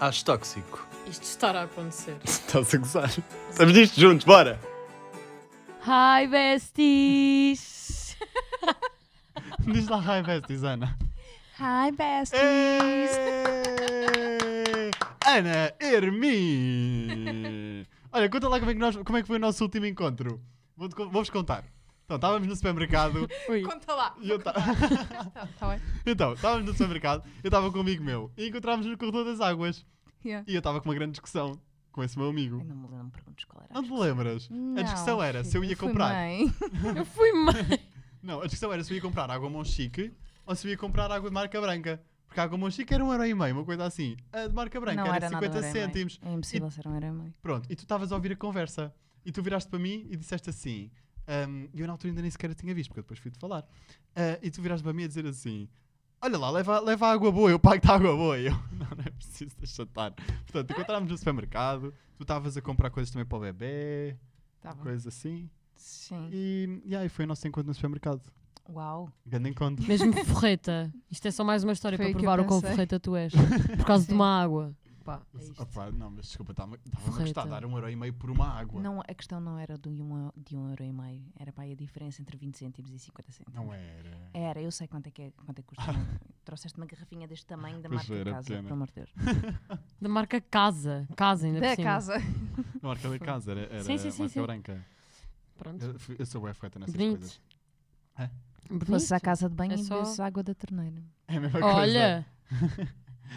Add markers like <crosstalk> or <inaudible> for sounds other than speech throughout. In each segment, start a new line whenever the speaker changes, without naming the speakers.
Acho tóxico.
Isto estará a
<laughs>
acontecer.
Estás a gozar? Estamos nisto juntos, bora!
Hi, besties!
Diz lá hi besties, Ana.
Hi, besties!
Êêêê! Ana Hermi! Olha, conta lá como é que, nós, como é que foi o nosso último encontro. Vou-te con- Vou-vos contar. Então, estávamos
<laughs>
no supermercado
Ui,
Conta lá.
e eu estava. <laughs>
tá, tá bem.
Então, estávamos no supermercado, eu estava com um amigo meu e encontramos no corredor das águas.
Yeah.
E eu estava com uma grande discussão com esse meu
Eu
amigo.
não me lembro, não me perguntes qual era.
Não te lembras? a discussão era se eu ia comprar.
<laughs> eu fui mãe.
Não, a discussão era se eu ia comprar água Monchique ou se eu ia comprar água de marca branca. Porque a água Monchique era um euro e meio, uma coisa assim. A de marca branca
não
era,
era nada
50
um euro e meio.
cêntimos.
É impossível ser um era mãe.
Pronto, e tu estavas a ouvir a conversa. E tu viraste para mim e disseste assim. hum, E eu na altura ainda nem sequer a tinha visto, porque eu depois fui-te falar. Ah, e tu viraste para mim a dizer assim: Olha lá, leva, leva água boa, eu pago-te água boa. E eu, <laughs> não, não é preciso deixar estar. Portanto, encontrámos no supermercado, tu estavas a comprar coisas também para o bebê,
Tá bom.
coisas assim.
Sim.
E, e aí foi o nosso encontro no supermercado.
Uau.
Grande encontro.
Mesmo forreta. Isto é só mais uma história
Foi
para
o que eu
provar o quão
pensei.
forreta tu
<laughs>
és. Por causa de
Sim.
uma água. Pá, é isto.
Opa, não, mas ah, desculpa, estava a
Forreta.
gostar de dar um euro e meio por uma água.
Não, a questão não era de um, de um euro e meio. Era para aí a diferença entre 20 cêntimos e 50 cêntimos.
Não era.
Era, eu sei quanto é que, é, quanto é que custa. <laughs> Trouxeste uma garrafinha deste tamanho da
Pois
marca
era,
casa,
pequena.
pelo amor de Deus.
Da marca Casa. Casa ainda por
Da
cima.
É, casa.
Não era aquela casa, era, era
Sim, sim, sim,
marca
sim.
branca.
Pronto.
Eu, fui- eu sou o F8 nessas
Bonito.
coisas. É? Hã?
Bonito.
Fosses à casa de banho
É
e
só-
bebesses água da torneira.
<laughs> É a mesma coisa.
Olha,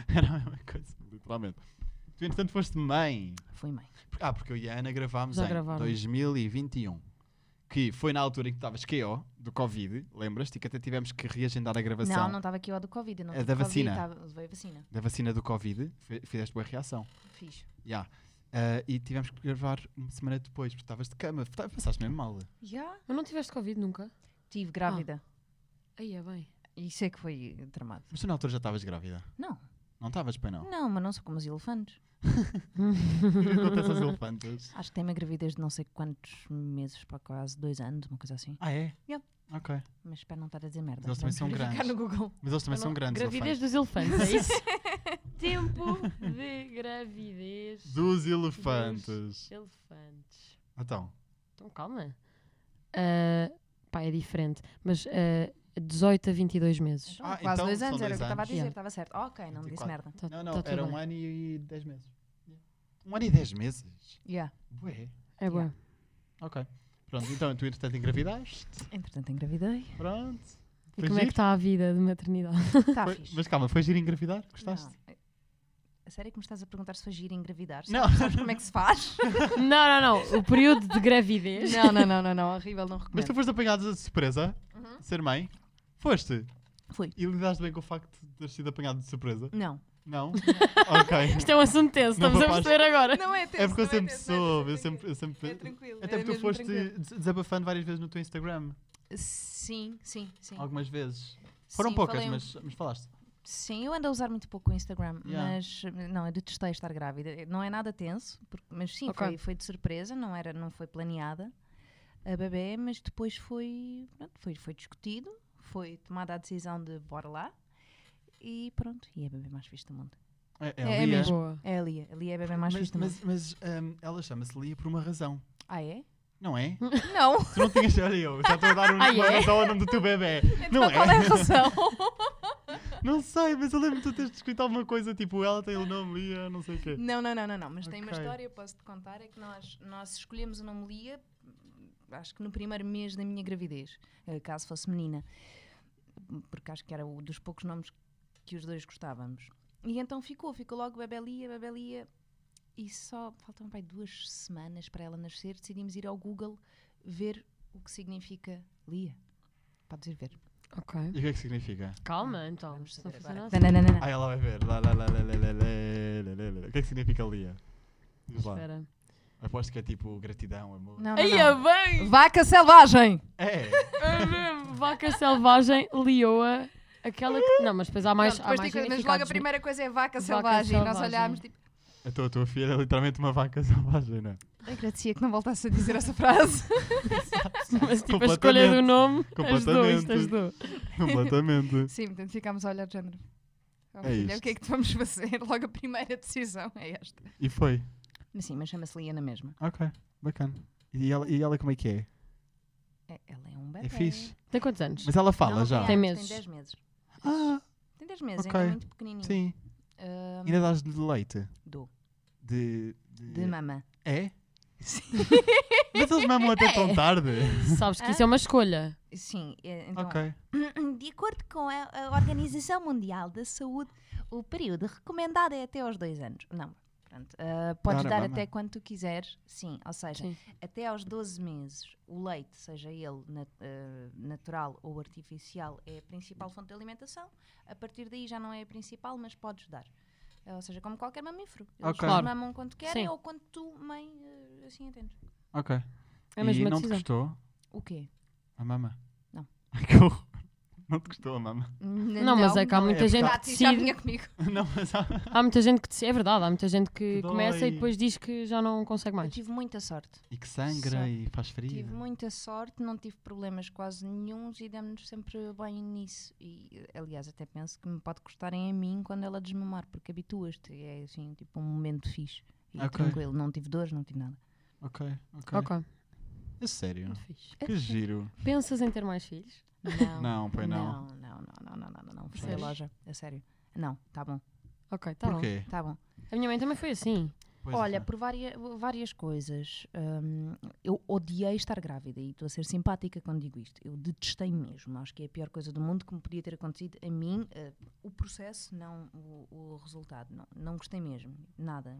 Era a mesma coisa, literalmente. Tu, entretanto, foste mãe.
Fui mãe.
Porque- Ah, porque eu e a Ana gravámos
Já
em
gravaram.
2021. Que foi na altura em que tu estavas QO do Covid, lembras-te? E que até tivemos que reagendar a gravação
Não, não estava aqui ó do Covid. eu Não
É
tive
da
Covid,
vacina.
Tava, levei a vacina.
da vacina do Covid. Fi- Fizeste boa reação.
Fiz.
Já. Ah, e tivemos que gravar uma semana depois, porque estavas de cama. Tá- Passaste mesmo mal.
Já?
eu não tiveste Covid nunca?
Tive grávida.
Aí é bem.
Isso é que foi tramado.
Mas tu na altura já estavas grávida?
Não.
Não estavas,
<laughs>
pois não?
Não, mas não sou como os elefantes.
Acontece aos elefantes.
Acho que tem uma gravidez de não sei quantos meses, para quase dois anos, uma coisa assim.
Ah, é?
Yep.
Ok.
Mas espero não estar a dizer merda.
Mas eles também são
Ficar no
grandes.
Google.
Mas eles também
Eu
são
não-
grandes.
Gravidez
elefantes.
dos elefantes, é
<laughs>
isso? Tempo de gravidez
Dos elefantes.
dos elefantes.
Então,
Então calma. Ah, pá, é diferente. Mas ah, 18 a 22 meses.
Então,
Ah,
quase
então
dois
são
anos, era o
dois
que eu estava a
anos.
dizer,
Yeah.
estava certo. Ok, não me disse
24.
merda.
Tá-
não, não,
tá tudo
era
bem.
um ano e dez meses. Um ano e dez meses?
Yeah.
Ué.
É bom.
Ok. Pronto, então tu entretanto engravidaste.
Entretanto, engravidei.
Pronto.
E
Foi
como é que
giro?
está a vida de maternidade?
Está
Foi-
fixe.
mas calma, foi giro engravidar? Gostaste?
Não. é- A sério que me estás a perguntar se foi giro engravidar?
Não.
Sabes, sabes como é que se faz?
não, não, não. O período de gravidez.
<laughs> não, não, não, não, não. Horrível, não
<laughs> Mas
recomendo.
tu foste apanhada de surpresa? Ser mãe? Foste?
Fui.
E lidaste bem com o facto de teres sido apanhado de surpresa?
Não.
Não?
<laughs>
ok.
Isto é um assunto tenso,
Não,
estamos a
rapaz.
perceber agora.
Não é
É porque eu sempre soube, eu sempre. Eu sempre É até porque tu foste des- desabafando várias vezes no teu Instagram,
Sim, sim, sim.
algumas vezes. Foram
Sim,
poucas,
falei um-
mas, mas falaste.
Sim, eu ando a usar muito pouco o Instagram,
Yeah.
mas não, eu detestei estar grávida. Não é nada tenso, porque- mas sim,
Ok.
foi, foi de surpresa, não, era, não foi planeada a bebê, mas depois foi, pronto, foi, foi discutido, foi tomada a decisão de bora lá. E pronto, e é a bebê mais fixe do mundo.
É,
É
Lia.
mesmo.
Boa.
É a Lia, a Lia é a bebê mais
Mas,
fixe do mundo.
mas, mas, hum, ela chama-se Lia por uma razão,
Ah, é?
não é?
Não,
tu não tinhas. Olha, eu já estou a dar um- uma
Ah, é?
razão ao nome do teu bebê. não
<laughs> qual é
é?
a razão?
<laughs> Não sei, mas eu lembro-te de teres descrito alguma coisa tipo ela tem o nome Lia, não sei o quê.
Não, não, não, não, não. Mas tem uma
Ok.
história, posso-te contar, é que nós, nós escolhemos o nome Lia, acho que no primeiro mês da minha gravidez, eh, caso fosse menina, porque acho que era um dos poucos nomes que os dois gostávamos. E então ficou, ficou logo Bebé Lia, Bebé Lia, e só faltam pai, duas semanas para ela nascer, decidimos ir ao Google ver o que significa Lia. Podes ir ver.
Ok.
E o que é que significa?
Calma, então.
Vamos
Não
saber
faz
agora.
nada.
Nananana.
Ah, ela vai ver. Lá, lá, lá, lá, lá, lá, lá, lá, lá. O que é que significa Lia? Diz lá.
Espera.
Aposto que é tipo gratidão, amor.
Não, não,
Aí
não.
é bem!
Vaca selvagem!
É!
É mesmo. Vaca selvagem, leoa, aquela que. Não, mas depois há mais.
Pronto,
há
depois
mais
digo- mas logo a
significados.
primeira coisa é
Vaca
vaca, selvagem. E nós
selvagem.
olhámos tipo,
A tua, a tua filha é literalmente uma vaca selvagem, não é?
agradecia que não voltasse a dizer essa <laughs> frase.
Mas tipo, a escolha do nome ajudou, isto
Completamente.
ajudou.
Completamente.
Sim, portanto ficámos a olhar de género. Oh,
É
filha,
isto.
o que é que te vamos fazer? <laughs> Logo a primeira decisão é esta.
E foi.
Mas sim, mas chama-se Liana mesmo.
Ok, bacana. E ela, e ela como é que é?
É- Ela é um
É
bebê.
fixe.
Tem quantos
<laughs>
anos?
Mas ela fala
Não,
já.
Tem
anos,
meses.
Tem 10 meses.
Ah,
Tem 10 meses,
Ok.
ainda é muito pequenininho.
sim.
Ahm,
Ainda dás de leite?
dou.
De.
De mama.
É?
<laughs> Sim.
<laughs> Mas eles mamam até tão
<laughs>
tarde.
Sabes que isso é uma escolha.
Sim, é, então,
Ok.
<clears throat> De acordo com a, a Organização Mundial da Saúde, o período recomendado é até aos dois anos. Não, pronto. ah, podes
Dar a
dar
mama.
até quando tu quiseres, sim. Ou seja,
Sim.
até aos 12 meses, o leite, seja ele na- ah, natural ou artificial, é a principal fonte de alimentação. A partir daí já não é a principal, mas podes dar. Ah, Ou seja, como qualquer mamífero. Eles
Ok.
Claro.
mamam quando querem
Sim.
ou quando tu, mãe, ah, assim entendes.
Ok.
É a mesma
e não
decisão.
te gostou
O quê?
a mama?
Não.
Ai, que horror. <laughs> Não te gostou a mama? <laughs>
N-
Não, mas é que há muita
É
gente que
Exato, isso já
decide.
vinha comigo.
Não, mas há...
Há muita gente que decide. É verdade, há muita gente que
Que
começa e
dói.
depois diz que já não consegue
Eu
mais.
tive muita sorte.
E que sangra
Só-
e faz frio.
Tive um muita sorte, não tive problemas quase nenhum e demos-nos sempre bem nisso. E, aliás, até penso que me pode custarem a mim quando ela desmamar, porque habituas-te. É assim, tipo um momento fixe e
Ok.
tranquilo. Não tive dores, não tive nada.
Ok, ok.
Ok,
É sério.
muito fixe.
Que giro.
Pensas em ter mais filhos?
Não,
<laughs> Não, pois não.
Não, não, não, não, não, não, não. não. Fui
Sério?
à loja, é sério. Não, tá bom,
Ok, tá bom.
Porquê?
tá bom.
A minha mãe também foi assim.
Pois
Olha,
é.
por várias, várias coisas. Hum, eu odiei estar grávida e estou a ser simpática quando digo isto. Eu detestei mesmo. Acho que é a pior coisa do mundo que me podia ter acontecido a mim. eh, o processo, não o, o resultado. Não, não gostei mesmo. Nada.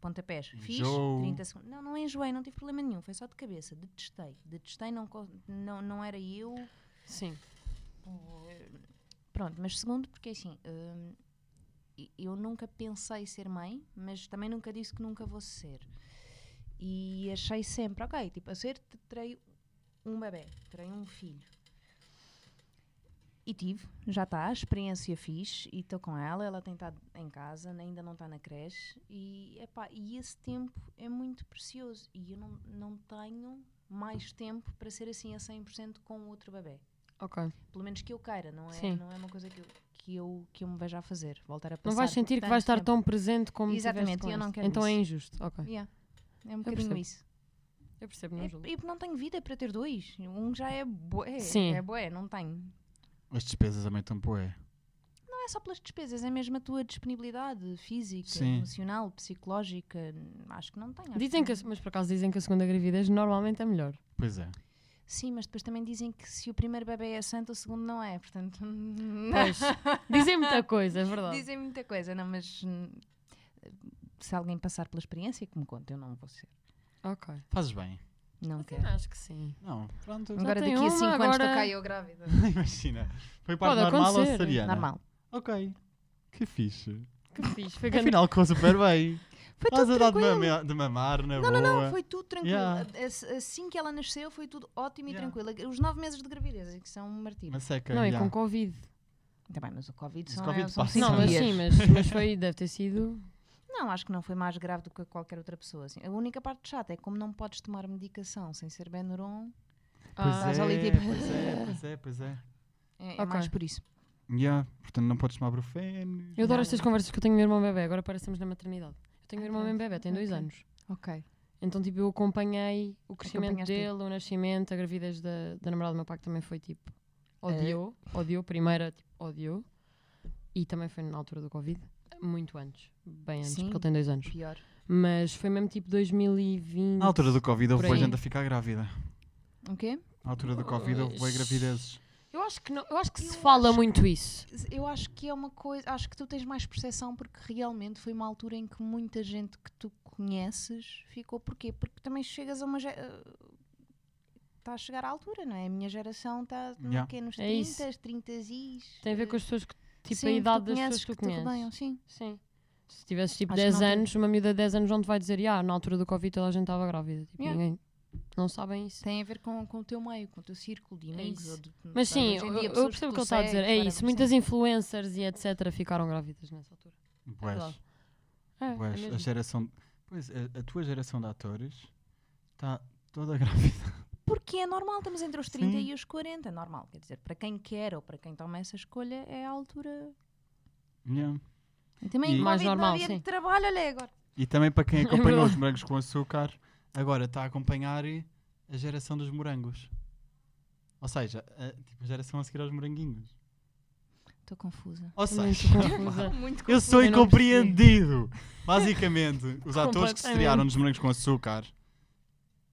Pontapés. Fiz
Enjoo.
30 segundos. Não, não enjoei, não tive problema nenhum. Foi só de cabeça. Detestei. Detestei, não, co- não, não era eu.
Sim.
Pronto, mas segundo, porque assim, hum, e- eu nunca pensei ser mãe, mas também nunca disse que nunca vou ser. E achei sempre, ok, tipo, a ser, te- terei um bebê, terei um filho. E tive, já está, a experiência fiz e estou com ela, ela tem estado em casa, ainda não está na creche e, epá, e esse tempo é muito precioso e eu não, não tenho mais tempo para ser assim a 100% com outro bebê
Ok.
pelo menos que eu queira, não é,
Sim.
não é uma coisa que eu, que, eu, que eu me veja a fazer, voltar a passar.
Não vais sentir que
tanto
vais estar
tempo.
tão presente como tiveste
Exatamente,
com
e eu não
essa.
quero
Então é
isso.
injusto. Ok.
Yeah. É um
percebo.
bocadinho isso.
Eu percebo, não julgo.
E, e não tenho vida para ter dois. Um já é boé.
Sim.
É boé, não tenho.
As despesas aumentam poé.
Não é só pelas despesas, é mesmo a tua disponibilidade física,
Sim.
emocional, psicológica. Acho que não tenho. acho
Dizem
não-
que, a- mas por acaso dizem que a segunda gravidez normalmente é melhor.
Pois é.
Sim, mas depois também dizem que se o primeiro bebê é santo, o segundo não é. Portanto, <laughs>
Pois. Dizem muita coisa, é verdade.
dizem muita coisa, não, mas hum, se alguém passar pela experiência, que me conte, eu não vou ser.
Ok.
Fazes bem.
Não
Assim,
quero.
acho que sim.
Não, pronto.
Já
Agora
tem
daqui a
uma,
5 anos estou
agora-
cá e eu grávida.
<laughs> Imagina. Foi parte
Pode
normal ou
acontecer.
cesariana?
Normal.
Ok. Que fixe.
Que fixe. Foi grande.
Afinal, correu super bem.
Foi
Estás
tudo
a dar de,
tranquilo.
mame- de mamar na
Não,
boa.
não, não, foi tudo tranquilo.
é? Yeah.
A- a- Assim que ela nasceu, foi tudo ótimo
Yeah.
e tranquilo. Os 9 meses de gravidez, que são um martírio.
Uma seca.
Não, e
já.
com Covid.
Tá bem, mas o Covid
Mas
só
o Covid
é, são
passa.
cinco
Não, mas
dias.
sim, mas, mas foi, deve ter sido.
Não, acho que não foi mais grave do que qualquer outra pessoa. assim. A única parte chata é como não podes tomar medicação sem ser Benuron.
Pois
Ah,
estás
é,
ali tipo-
pois é, pois é, pois é.
É, <laughs> é
Ok.
mais por isso.
Yeah, portanto, não podes tomar brufeno.
Eu adoro
Não.
estas conversas que eu tenho com o meu irmão bebê, agora parecemos na maternidade. Eu tenho um
Ah,
irmão mesmo
pronto.
bebê, tem dois
Ok.
anos.
Ok.
Então, tipo, eu acompanhei o crescimento
Acompanhaste.
dele, o nascimento, a gravidez da, da namorada do meu pai, que também foi tipo.
É.
Odiou, odiou, primeira, tipo, odiou. E também foi na altura do Covid, muito antes, bem antes,
Sim.
porque ele tem dois anos.
Pior.
Mas foi mesmo tipo 2020.
Na altura do Covid, houve
Por
boa
aí.
gente a ficar grávida.
O quê?
Na altura do Covid, houve boa
Pois.
gravidezes.
Eu acho que, não, eu acho que se
Eu
fala
acho
muito isso.
Eu acho que é uma coisa. Acho que tu tens mais percepção porque realmente foi uma altura em que muita gente que tu conheces ficou. Porquê? Porque também chegas a uma. Está a chegar à altura, não é? A minha geração está
Yeah.
no quê? Nos
É
30, 30 e.
Tem a ver com as pessoas que. Tipo,
Sim,
a
que tu
idade das
conheces,
pessoas que tu
te rodeiam,
conheces.
Sim.
Sim. Se tivesse tipo
Acho que
10
não tem.
anos, uma miúda de 10 anos não te vai dizer, ah, na altura do Covid toda a gente estava grávida. Tipo,
Yeah.
ninguém. Não sabem isso.
Tem a ver com, com o teu meio, com o teu círculo de amigos.
isso.
ou de-
Mas
sabe,
sim,
hoje em
eu,
dia
eu
pessoas
percebo o
tu
que ele está a dizer. É
segues,
isso.
whatever,
Muitas
sim.
influencers e etc. ficaram grávidas nessa altura.
Pois,
verdade. É, é
pois, a
mesmo.
geração. Pois, a, a tua geração de atores está toda <laughs> grávida.
Porque é normal, estamos entre os 30
Sim.
e os 40, é normal. Quer dizer, para quem quer ou para quem toma essa escolha, é a altura
Yeah.
Também
E-
e...
Mais
Covid não
normal,
havia
sim.
trabalho, olha agora.
E também
<laughs>
para quem acompanhou
É verdade.
os morangos com açúcar, agora está a acompanhar a geração dos morangos. Ou seja, a, tipo, a geração a seguir aos moranguinhos.
Estou confusa.
Ou
Também
seja,
estou confusa.
Muito
<laughs> eu sou
Eu não percebi.
incompreendido. Basicamente, os atores que se
Completamente.
estrearam nos morangos com açúcar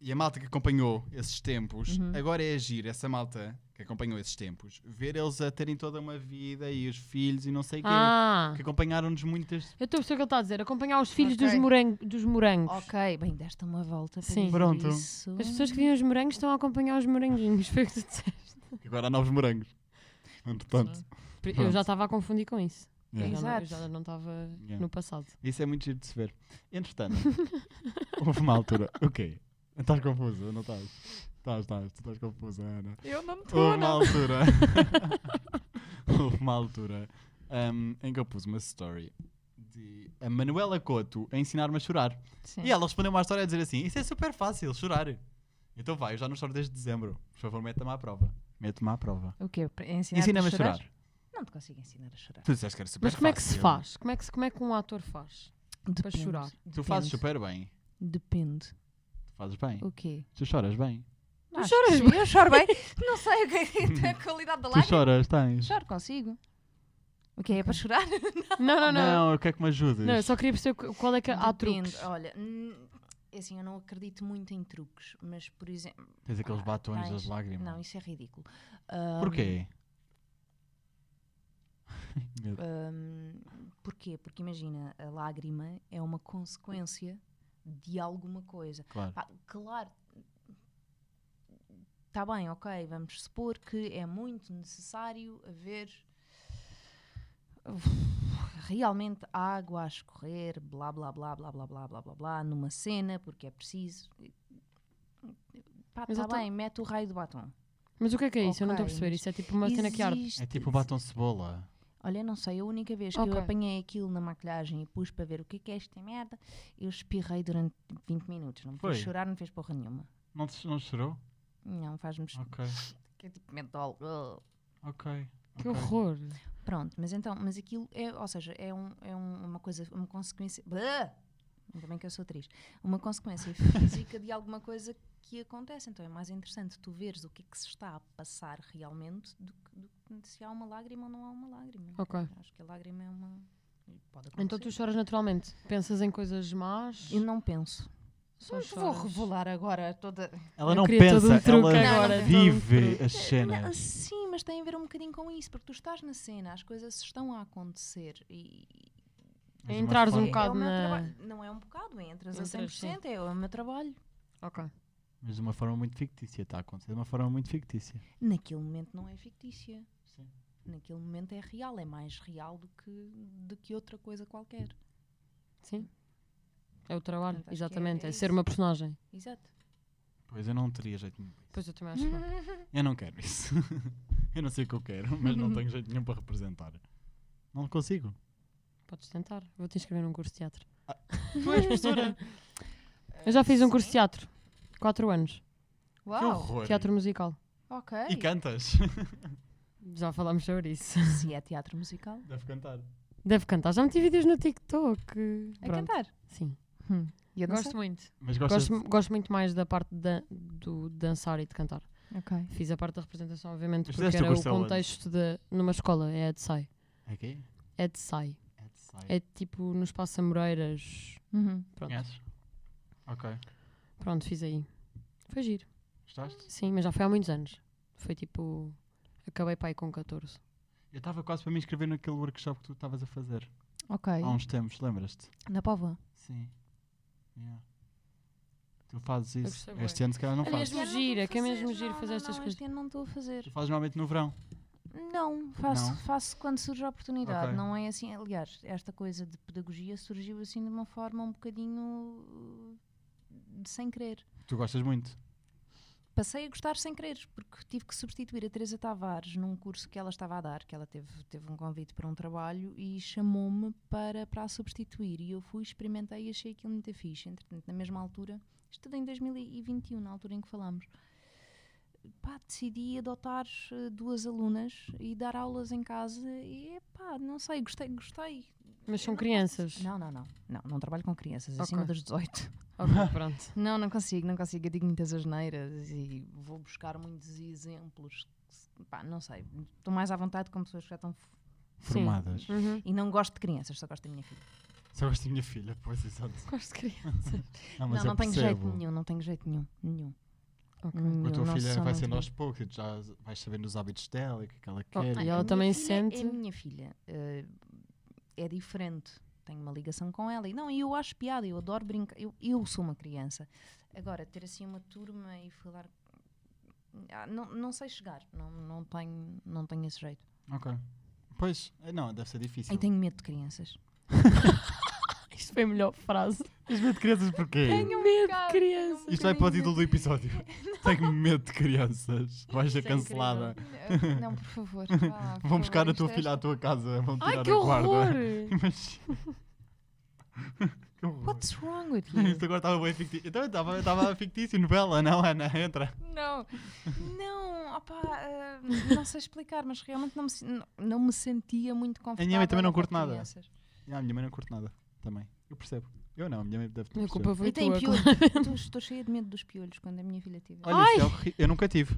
e a malta que acompanhou esses tempos,
Uhum.
agora é agir essa malta que acompanhou esses tempos, ver eles a terem toda uma vida e os filhos e não sei o quê.
Ah,
Que acompanharam-nos muitas.
eu estou a perceber o que ele está a dizer. Acompanhar os filhos dos,
Ok.
morango, dos morangos.
Ok, bem, desta uma volta. para
Sim.
dizer
Pronto.
Isso.
As pessoas que viam os morangos estão a acompanhar os moranguinhos. <laughs> Foi o que tu disseste.
Agora há novos morangos. Entretanto.
Sim.
Eu já estava a confundir com isso.
Yeah.
Eu já-
Exato.
Eu já não estava
Yeah.
no passado.
Isso é muito giro de se ver. Entretanto, houve uma altura. O quê? Estás confusa, não estás? Estás, estás, tu estás confusa, Ana.
Eu não
Houve
<laughs>
uma altura. houve uma altura ahm, em que eu pus uma story de a Manuela Couto a ensinar-me a chorar.
Sim.
E ela respondeu uma história a dizer assim: Isso é super fácil, chorar. Então vai, eu já não choro desde dezembro. Por favor, mete-me à prova. Mete-me à prova.
O quê? Pra- Ensinar-te
Ensina-me a chorar.
Não te consigo ensinar a chorar.
Tu disseste que era super
Mas como é que se
fácil.
faz? Como é que, se- como é que um ator faz? Para chorar.
Tu fazes super bem.
Depende.
Tu fazes bem.
O quê?
Tu choras bem.
Acho que
choras
sim, Eu choro
<laughs>
bem. não sei o que é a qualidade da
Tu
lágrima.
choras, tens.
Choro consigo. O que é para chorar?
<laughs> Não, não, não.
eu quero que me ajudes.
Não, eu só queria perceber qu- qual é que há
Depende.
truques.
Olha, hum, é assim, eu não acredito muito em truques, mas por exemplo.
Tens aqueles
Ah,
batons
tens.
das lágrimas.
Não, isso é ridículo. Ah,
Porquê?
é
<laughs> Medo.
Hum, porquê? Porque imagina, a lágrima é uma consequência de alguma
Uh,
coisa.
claro.
Pá, claro, está bem, ok, vamos supor que é muito necessário haver uf, realmente água a escorrer, blá blá blá blá blá blá blá blá blá, numa cena, porque é preciso. Pá,
Mas
está
então-
bem, mete o raio do batom.
Mas o que é que é isso? Eu não estou a
Ok,
perceber.
mas
Isso é tipo uma cena que arde.
Existe-
É tipo o batom de cebola.
Olha, eu não sei, a única vez que
Ok.
eu apanhei aquilo na maquilhagem e pus para ver o que é que é esta merda, eu espirrei durante 20 minutos. Não me fez
Foi?
chorar, não me fez porra nenhuma.
Não, te- não chorou?
Não, faz-me chorar.
Ok,
Que é tipo mentol. Ugh.
ok.
Que
ok.
horror.
Pronto, mas então, mas aquilo é, ou seja, é, um, é um- uma coisa, uma consequência. Blá! Ainda bem que eu sou atriz.
<laughs>
Uma consequência física de alguma coisa que acontece. Então é mais interessante tu veres o que é que se está a passar realmente do que, do que se há uma lágrima ou não há uma lágrima.
Ok.
Acho que a lágrima é uma. Pode
Então
acontecer.
tu choras naturalmente. Pensas em coisas más.
Eu não penso.
Só
Não te vou
choras.
revelar agora toda.
Ela
Eu
não
queria todo
pensa,
um truque
ela
agora, todo um
vive
truque.
as cenas.
sim, mas tem a ver um bocadinho com isso, porque tu estás na cena, as coisas estão a acontecer e.
Mas é
Entrares
mais
um
é,
bocado
fácil-
o meu
na-
trabalho. Não é um bocado, entras a
Entras,
100%, é o meu trabalho.
Ok.
Mas de uma forma muito fictícia, está a acontecer de uma forma muito fictícia.
Naquele momento não é fictícia.
Sim.
Naquele momento é real, é mais real do que, do que outra coisa qualquer.
Sim. É o trabalho,
Portanto, acho que é-
exatamente. É,
é
ser
isso.
uma personagem.
Exato.
Pois eu não teria jeito nenhum.
Pois eu também acho
<laughs>
que não.
Eu não quero isso. <laughs> eu não sei o que eu quero, mas não tenho jeito nenhum para representar. Não consigo.
Podes tentar. Vou-te inscrever num curso de teatro.
<laughs> Tu és Ah. professora.
<laughs> Eu já fiz um curso de teatro. Quatro anos.
que
Uau!
horror.
Teatro musical.
Ok.
E cantas. <laughs>
Já falámos sobre isso. <laughs>
Se é teatro musical.
Deve cantar.
Deve cantar. Já meti vídeos no TikTok.
A
Pronto.
é cantar.
Sim.
E a
Gosto muito.
Mas gostas
Gosto, gosto muito mais da parte da- do dançar e de cantar.
Ok.
Fiz a parte da representação, obviamente,
Mas
porque
fizeste o
era o
curso aonde?
contexto de, numa escola. É EDSAI.
É quê?
EDSAI.
É de saia.
É tipo no Espaço Amoreiras.
Uhum.
Pronto.
Conheces? Ok.
Pronto, fiz aí. Foi giro.
Gostaste?
Sim, mas já foi há muitos anos. Foi tipo. Acabei para aí com 14.
Eu estava quase para me inscrever naquele workshop que tu estavas a fazer.
Ok.
Há uns tempos, lembras-te?
Na Póvoa.
Sim. Yeah. Tu fazes isso.
gostei bué.
Este ano se calhar não
É
fazes.
mesmo giro, é que é mesmo giro fazer estas coisas.
Este ano não estou a fazer.
Tu fazes normalmente no verão.
Não, faço,
Não?
faço quando surge a oportunidade.
Ok.
Não é assim. Aliás, esta coisa de pedagogia surgiu assim de uma forma um bocadinho uh, sem querer.
Tu gostas muito.
Passei a gostar sem querer, porque tive que substituir a Teresa Tavares num curso que ela estava a dar, que ela teve, teve um convite para um trabalho e chamou-me para, para a substituir. E eu fui, experimentei e achei aquilo um, muito fixe. Entretanto, na mesma altura, isto tudo em 2021, na altura em que falámos, pá, decidi adotar eh, duas alunas e dar aulas em casa e pá, não sei, gostei, gostei.
Mas são crianças.
Não, não, não, não, não trabalho com crianças, acima
Ok.
dos 18.
<laughs>
Ok, pronto.
Não, não consigo, não consigo, eu digo muitas asneiras e vou buscar muitos exemplos, que se- pá, não sei, estou mais à vontade com pessoas que já estão... f-
Formadas.
Uhum.
E não gosto de crianças, só gosto da minha filha.
Só gosto da minha filha, pois, exato.
Gosto de crianças.
Não, mas
não,
eu
não tenho jeito
percebo.
nenhum, não tenho jeito nenhum, nenhum.
Ok.
Nenhum,
A tua
não
filha
sou
vai sendo
muito-
aos poucos, e já vais sabendo os hábitos dela e o que é que ela
Oh,
quer.
e
Ah,
ela
a minha
também
filha
sente-
É minha filha. eh, é diferente. Tenho uma ligação com ela. E não, eu acho piada, eu adoro brincar. Eu, eu sou uma criança. Agora, ter assim uma turma e falar. Ah, não, não sei chegar. Não, não, tenho, não tenho esse jeito.
Ok. Pois, eh, não, deve ser difícil.
E tenho medo de crianças.
Isto foi a melhor frase.
Tens medo de crianças porquê?
Tenho medo de crianças.
um
Isto vai para o título
<laughs>
do episódio. Tenho medo de crianças. Vais ser
Isso é incrível.
cancelada.
Não, por favor. <laughs>
Vão buscar a tua filha à tua casa. Vão tirar
Ai, que
a guarda. <laughs>
horror!
Imagina. <laughs> que horror.
What's wrong with you?
<laughs> Isto agora estava bem fictício. Então estava- estava fictício, novela, não, Ana? Entra.
Não, não, opá, ah, não sei explicar, mas realmente não me, sen- não- não me sentia muito confortável.
minha mãe também não
com
curte nada.
crianças.
Ah, a minha mãe não curte nada também. Eu percebo. Eu não, a minha mãe deve
Minha
perceber.
culpa foi
Eu tenho
tua.
piolhos, estou, estou cheia de medo dos piolhos quando a minha filha tiver.
Olha, isso é horrível. Eu nunca tive.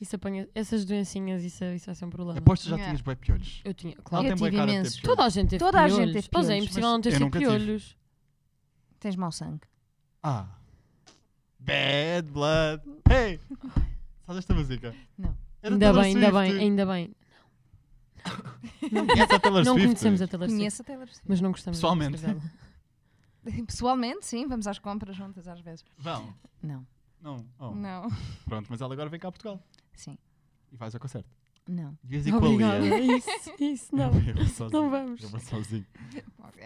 Isso apanha... Essas doencinhas, isso, isso vai ser um problema.
Aposto que já
Yeah.
tinhas bem piolhos.
Eu tinha,
Ela
claro.
Eu
tem bué
tive
cara de ter
imensos.
piolhos.
Toda a gente teve
Toda a gente
piolhos.
teve
Pois é,
piolhos,
impossível
mas
não
eu
teres tido
nunca tive.
piolhos.
Tens mau sangue.
Ah. Bad blood. Hey! Sabes esta música?
Não.
É da
Ainda
Taylor
bem, ainda
Swift.
bem, ainda bem.
Não conheces a
<laughs>
Taylor
Não
Swift?
conhecemos a Taylor Swift,
Conheço a Taylor Swift.
mas não gostamos da música
Pessoalmente. <laughs>
dela.
<laughs> Pessoalmente, sim, vamos às compras juntas às vezes.
Vão.
Não,
Não. Oh.
não.
Pronto, mas ela agora vem cá a Portugal.
Sim,
E vais ao concerto.
não.
Devias ir com a Lia.
Obrigada. <laughs> Isso, isso, <laughs> não.
<laughs> Eu vou sozinho.
Não vamos.
Eu vou sozinho.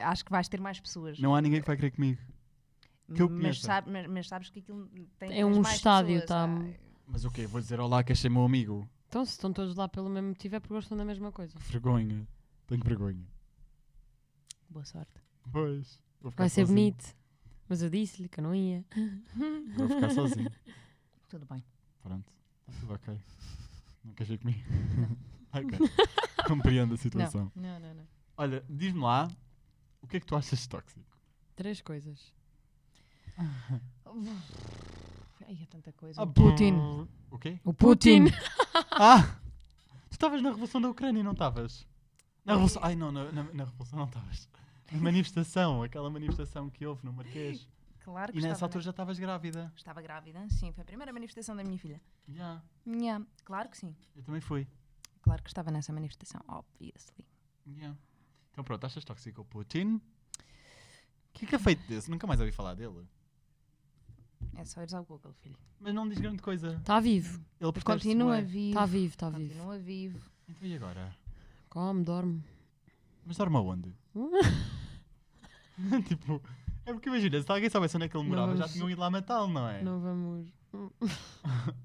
Acho que vais ter mais pessoas.
Não há ninguém que vai querer comigo. que eu
mas,
conheça.
sabe- mas- mas sabes que aquilo tem
É
tens
um
mais
estádio,
pessoas,
tá?
ah,
Mas o quê? Vou dizer olá que achei meu amigo.
Então, se estão todos lá pelo mesmo motivo, é porque gostam da mesma coisa.
Vergonha. Tenho vergonha.
Boa sorte.
Pois. Vou ficar
Vai ser
É sozinho.
bonito. Mas eu disse-lhe que eu não ia.
Vou
<laughs>
ficar sozinho.
Tudo bem.
Pronto. Tá tudo ok. Não queres ir comigo? ok. <laughs> Compreendo a situação.
Não, não, não.
Olha, diz-me lá, o que é que tu achas de tóxico?
Três coisas.
Ai, é tanta coisa.
Ah,
Putin.
O quê?
O Putin.
Ah! Tu estavas na Revolução da Ucrânia, não estavas? Na Revolução. Ai não, na, na, na Revolução não estavas. Na manifestação, aquela manifestação que houve no Marquês.
Claro que
E nessa
é?
estava,
altura já estavas grávida.
Estava grávida, sim, foi a primeira manifestação da minha filha.
Já,
Nha, Claro que sim.
eu também fui.
Claro que estava nessa manifestação, obviously.
Já. Então pronto, achas tóxico o Putin? O que é que é feito desse? Nunca mais ouvi falar dele.
É só ires ao Google, filho.
Mas não diz grande coisa.
Está Tá vivo.
Ele protege-se
Continua
bué.
vivo.
Está vivo, está Tá vivo.
Continua vivo.
Então e agora?
Come, dorme.
Mas dorme aonde? <laughs> tipo, é porque imagina, se alguém soubesse onde é que ele
Não
morava, já
vamos-
tinham ido lá matá-lo, não
<laughs>
é?
Não vamos.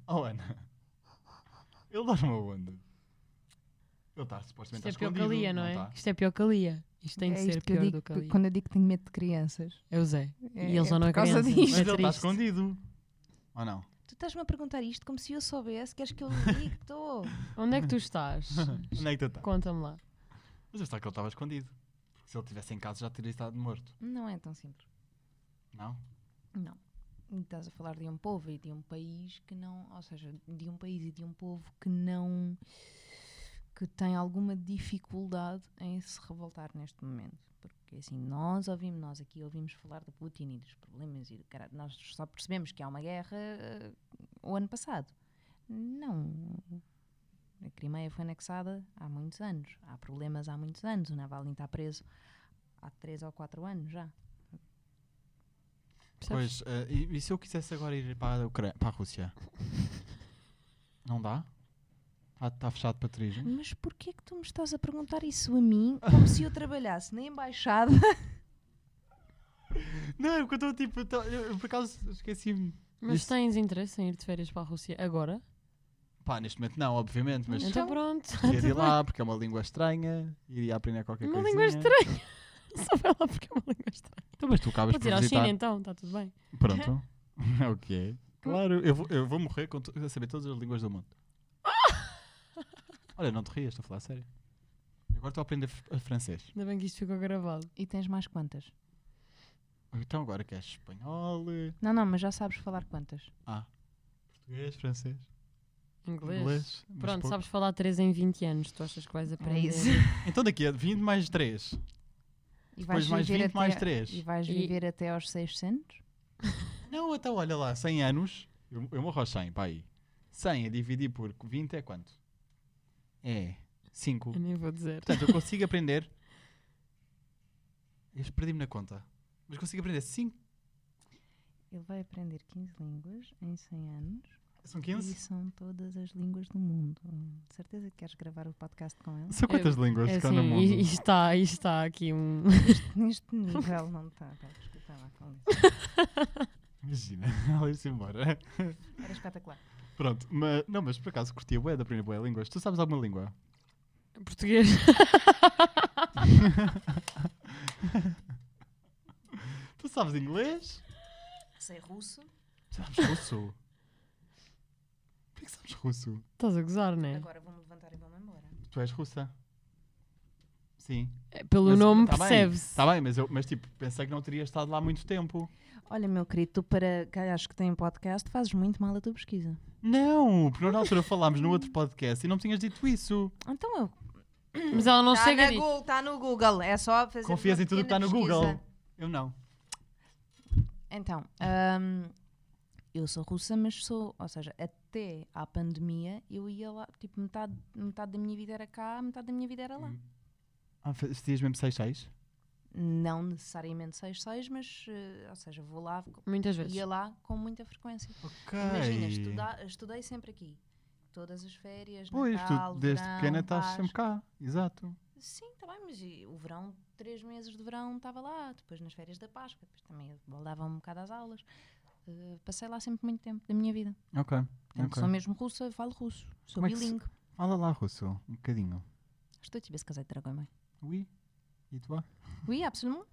Oh, Ana. Ele dorme aonde? Ele está supostamente
Isto é
tá
pior que a
escondido,
Lia, não é?
tá?
Isto é pior que a Lia. Isto tem de
É
ser
isto que eu
pior
digo
do que a Lia.
Quando eu digo que tenho medo de crianças.
É o Zé.
É-
e eles
é
já não é
por causa
criança.
disto.
Mas ele está
triste.
escondido. Ou não?
Tu estás-me a perguntar isto como se eu soubesse, queres que eu lhe diga que estou?
Onde
<laughs>
é que tu estás?
Onde é que tu estás?
Conta-me lá.
Mas eu estava que ele estava escondido. Porque se ele estivesse em casa já teria estado morto.
Não é tão simples.
Não?
Não. Estás a falar de um povo e de um país que não. Ou seja, de um país e de um povo que não. que tem alguma dificuldade em se revoltar neste momento. Porque assim, nós ouvimos, nós aqui ouvimos falar do Putin e dos problemas e do caralho. Nós só percebemos que há uma guerra eh, o ano passado. Não. A Crimeia foi anexada há muitos anos. Há problemas há muitos anos. O Navalny está preso há três ou quatro anos já.
Percebes?
Pois, eh, e, e se eu quisesse agora ir para a, Ucrânia, para a
<laughs>
Rússia? não dá? Ah, Está fechado para turismo?
<laughs>
Mas porquê que tu me estás a perguntar isso a mim como se eu trabalhasse na embaixada?
Não, é porque eu estou tipo. eu tô- eu- eu por acaso esqueci-me.
Mas
Isso-
tens interesse em ir de férias para a Rússia agora?
Pá, neste momento não, obviamente, mas
Então pronto.
iria de lá porque é uma língua estranha, iria aprender qualquer
<laughs>
coisa.
Uma língua estranha. Só vai lá porque é uma língua estranha.
Então, mas tu acabas
Podes
por
ir à
visitar.
<laughs>
<laughs>
China então, está tudo bem.
Pronto. É o que é. Claro, eu vou, eu vou morrer com to- a saber todas as línguas do
<laughs>
mundo. Olha, não te rias, estou a falar a sério. Agora estou a aprender fr- a francês.
Ainda bem que isto ficou gravado.
<laughs> E tens mais quantas?
Então agora queres espanhol, eh,
Não, não, mas já sabes falar quantas.
português, francês,
Inglês.
inglês. mas
Pronto,
pouco. É
sabes falar 3 em 20 anos. Tu achas que vais aprender?
isso.
Então daqui a 20 mais 3.
é? E
Depois mais
viver
20 mais
até-
3.
E vais
E-
viver até aos 600?
Não, então olha lá, 100 anos. Eu, eu morro aos 100, pá aí. 100 a dividir por 20 é quanto? É 5.
<laughs> Eu nem vou dizer.
Portanto, eu consigo aprender. Eu perdi-me na conta. Mas consigo aprender 5.
Ele vai aprender 15 línguas em 100 anos.
São
E
15?
são todas as línguas do mundo. De certeza que queres gravar o podcast com ele? <laughs>
São quantas línguas
É
que há
assim,
no
e-
mundo?
e está, e está aqui um. <laughs>
Neste nível não está. Pá, desculpa lá, com licença.
Imagina, <laughs> ela ia-se embora. <laughs>
Era espetacular.
Pronto, mas, não, mas por acaso curtia bué da primeira bué línguas. Tu sabes alguma língua?
Português. <laughs>
Tu sabes inglês?
Sei russo,
Sabes
<laughs>
russo? Por que sabes russo?
Estás a gozar, não é?
agora vou-me levantar e vou-me embora.
Tu és russa? Sim.
É, Pelo
Mas-
nome
tá bem,
percebe-se.
Tá bem, mas, eu, mas tipo, pensei que não teria estado lá muito tempo.
Olha, meu querido, tu para gajos que têm podcast fazes muito mal a tua pesquisa.
Não, porque nós na altura falámos no outro podcast e não me tinhas dito isso.
Então eu.
Mas ela não chega a dizer.
Google, tá no Google. É só fazer.
Confias
uma
em tudo que está
pequena
no
pesquisa.
Google. Eu não.
Então, hum, eu sou russa, mas sou, ou seja, até à pandemia eu ia lá, tipo, metade, metade da minha vida era cá, metade da minha vida era
Hum.
lá.
Ah, fazias mesmo 6-6?
Não necessariamente 6-6, mas, eh, ou seja, vou lá,
Muitas vezes.
ia lá com muita frequência.
Ok.
Imagina, estuda- estudei sempre aqui. Todas as férias,
Pois,
Natal,
tu desde
verão,
pequena estás
Páscoa.
sempre cá. Exato.
Sim, está bem, mas e o verão, três meses de verão estava lá, depois nas férias da Páscoa, depois também baldava um bocado às aulas. Eh, passei lá sempre muito tempo da minha vida.
Ok.
Portanto,
ok.
Sou mesmo russa, falo russo. Sou
Como é que se-
bilingue.
Fala lá, Russo, um bocadinho.
Estou a te сказать, дорогой мой.
Oui? E tu? O
Oui, absolument.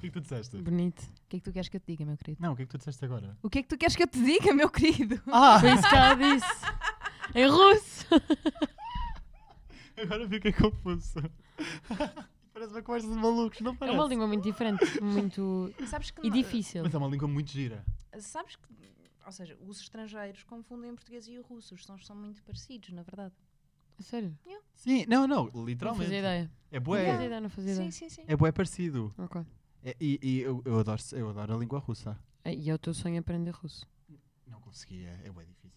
que é que tu disseste?
Bonito.
O que é que tu queres que eu te diga, meu querido?
Não, o que é que tu disseste agora?
O que é que tu queres que eu te diga, meu <laughs> querido?
Ah!
Foi isso que ela disse.
<laughs>
Em russo.
<laughs> Agora fiquei confuso. <laughs> parece uma conversa de malucos, não
É
parece?
uma língua muito diferente. Muito.
Sabes que
E
não- eh,
difícil.
Mas é uma língua muito gira.
Sabes que, ou seja, os estrangeiros confundem o português e o russo. Os sons são muito parecidos, na verdade.
A Sério?
Sim, não, não,
Não
literalmente.
fazia ideia.
É
Não
bué.
fazia ideia, não fazia ideia.
Sim, sim, sim.
É bué parecido.
Ok.
É- e e eu, eu adoro, eu adoro a língua russa.
E é o teu sonho aprender russo.
Não conseguia, é bué difícil.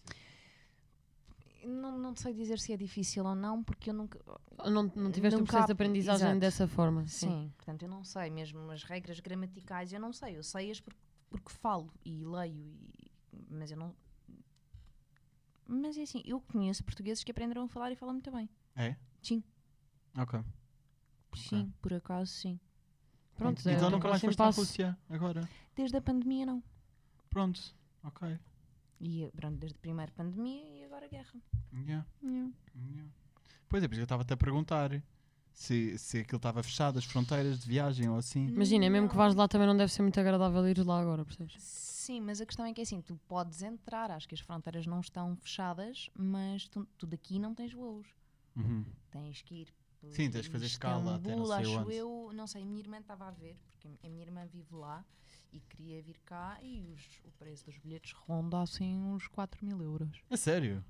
Não, não sei dizer se é difícil ou não, porque eu nunca.
Não, não tiveste um
Nunca
processo
há-
de aprendizagem
Exato.
dessa forma.
Sim.
Sim.
portanto, eu não sei. Mesmo as regras gramaticais, eu não sei. Eu sei-as porque, porque falo e leio, e- mas eu não. Mas é assim, eu conheço portugueses que aprenderam a falar e falam muito bem.
É?
Sim.
Ok.
Sim, por acaso, sim.
Pronto, é Zé,
então
o teu
nunca mais
próximo
foste à
passo.
Rússia agora.
Desde a pandemia, não.
Pronto. Ok.
E, eh, pronto, desde a primeira pandemia e agora a guerra.
Yeah. yeah. Pois é, porque eu estava-te a perguntar se, se aquilo estava fechado, as fronteiras de viagem ou assim.
Imagina, mesmo que
Não.
vais lá também não deve ser muito agradável ir lá agora, percebes?
Sim, mas a questão é que é assim, tu podes entrar, acho que as fronteiras não estão fechadas, mas tu, tu daqui não tens voos.
Uhum.
Tens que ir por
Sim, tens que fazer escala até não
Istambul,
sei
acho
onde.
eu, não sei, a minha irmã estava a ver, porque a minha irmã vive lá e queria vir cá e os- o preço dos bilhetes ronda assim uns 4 mil euros.
É sério?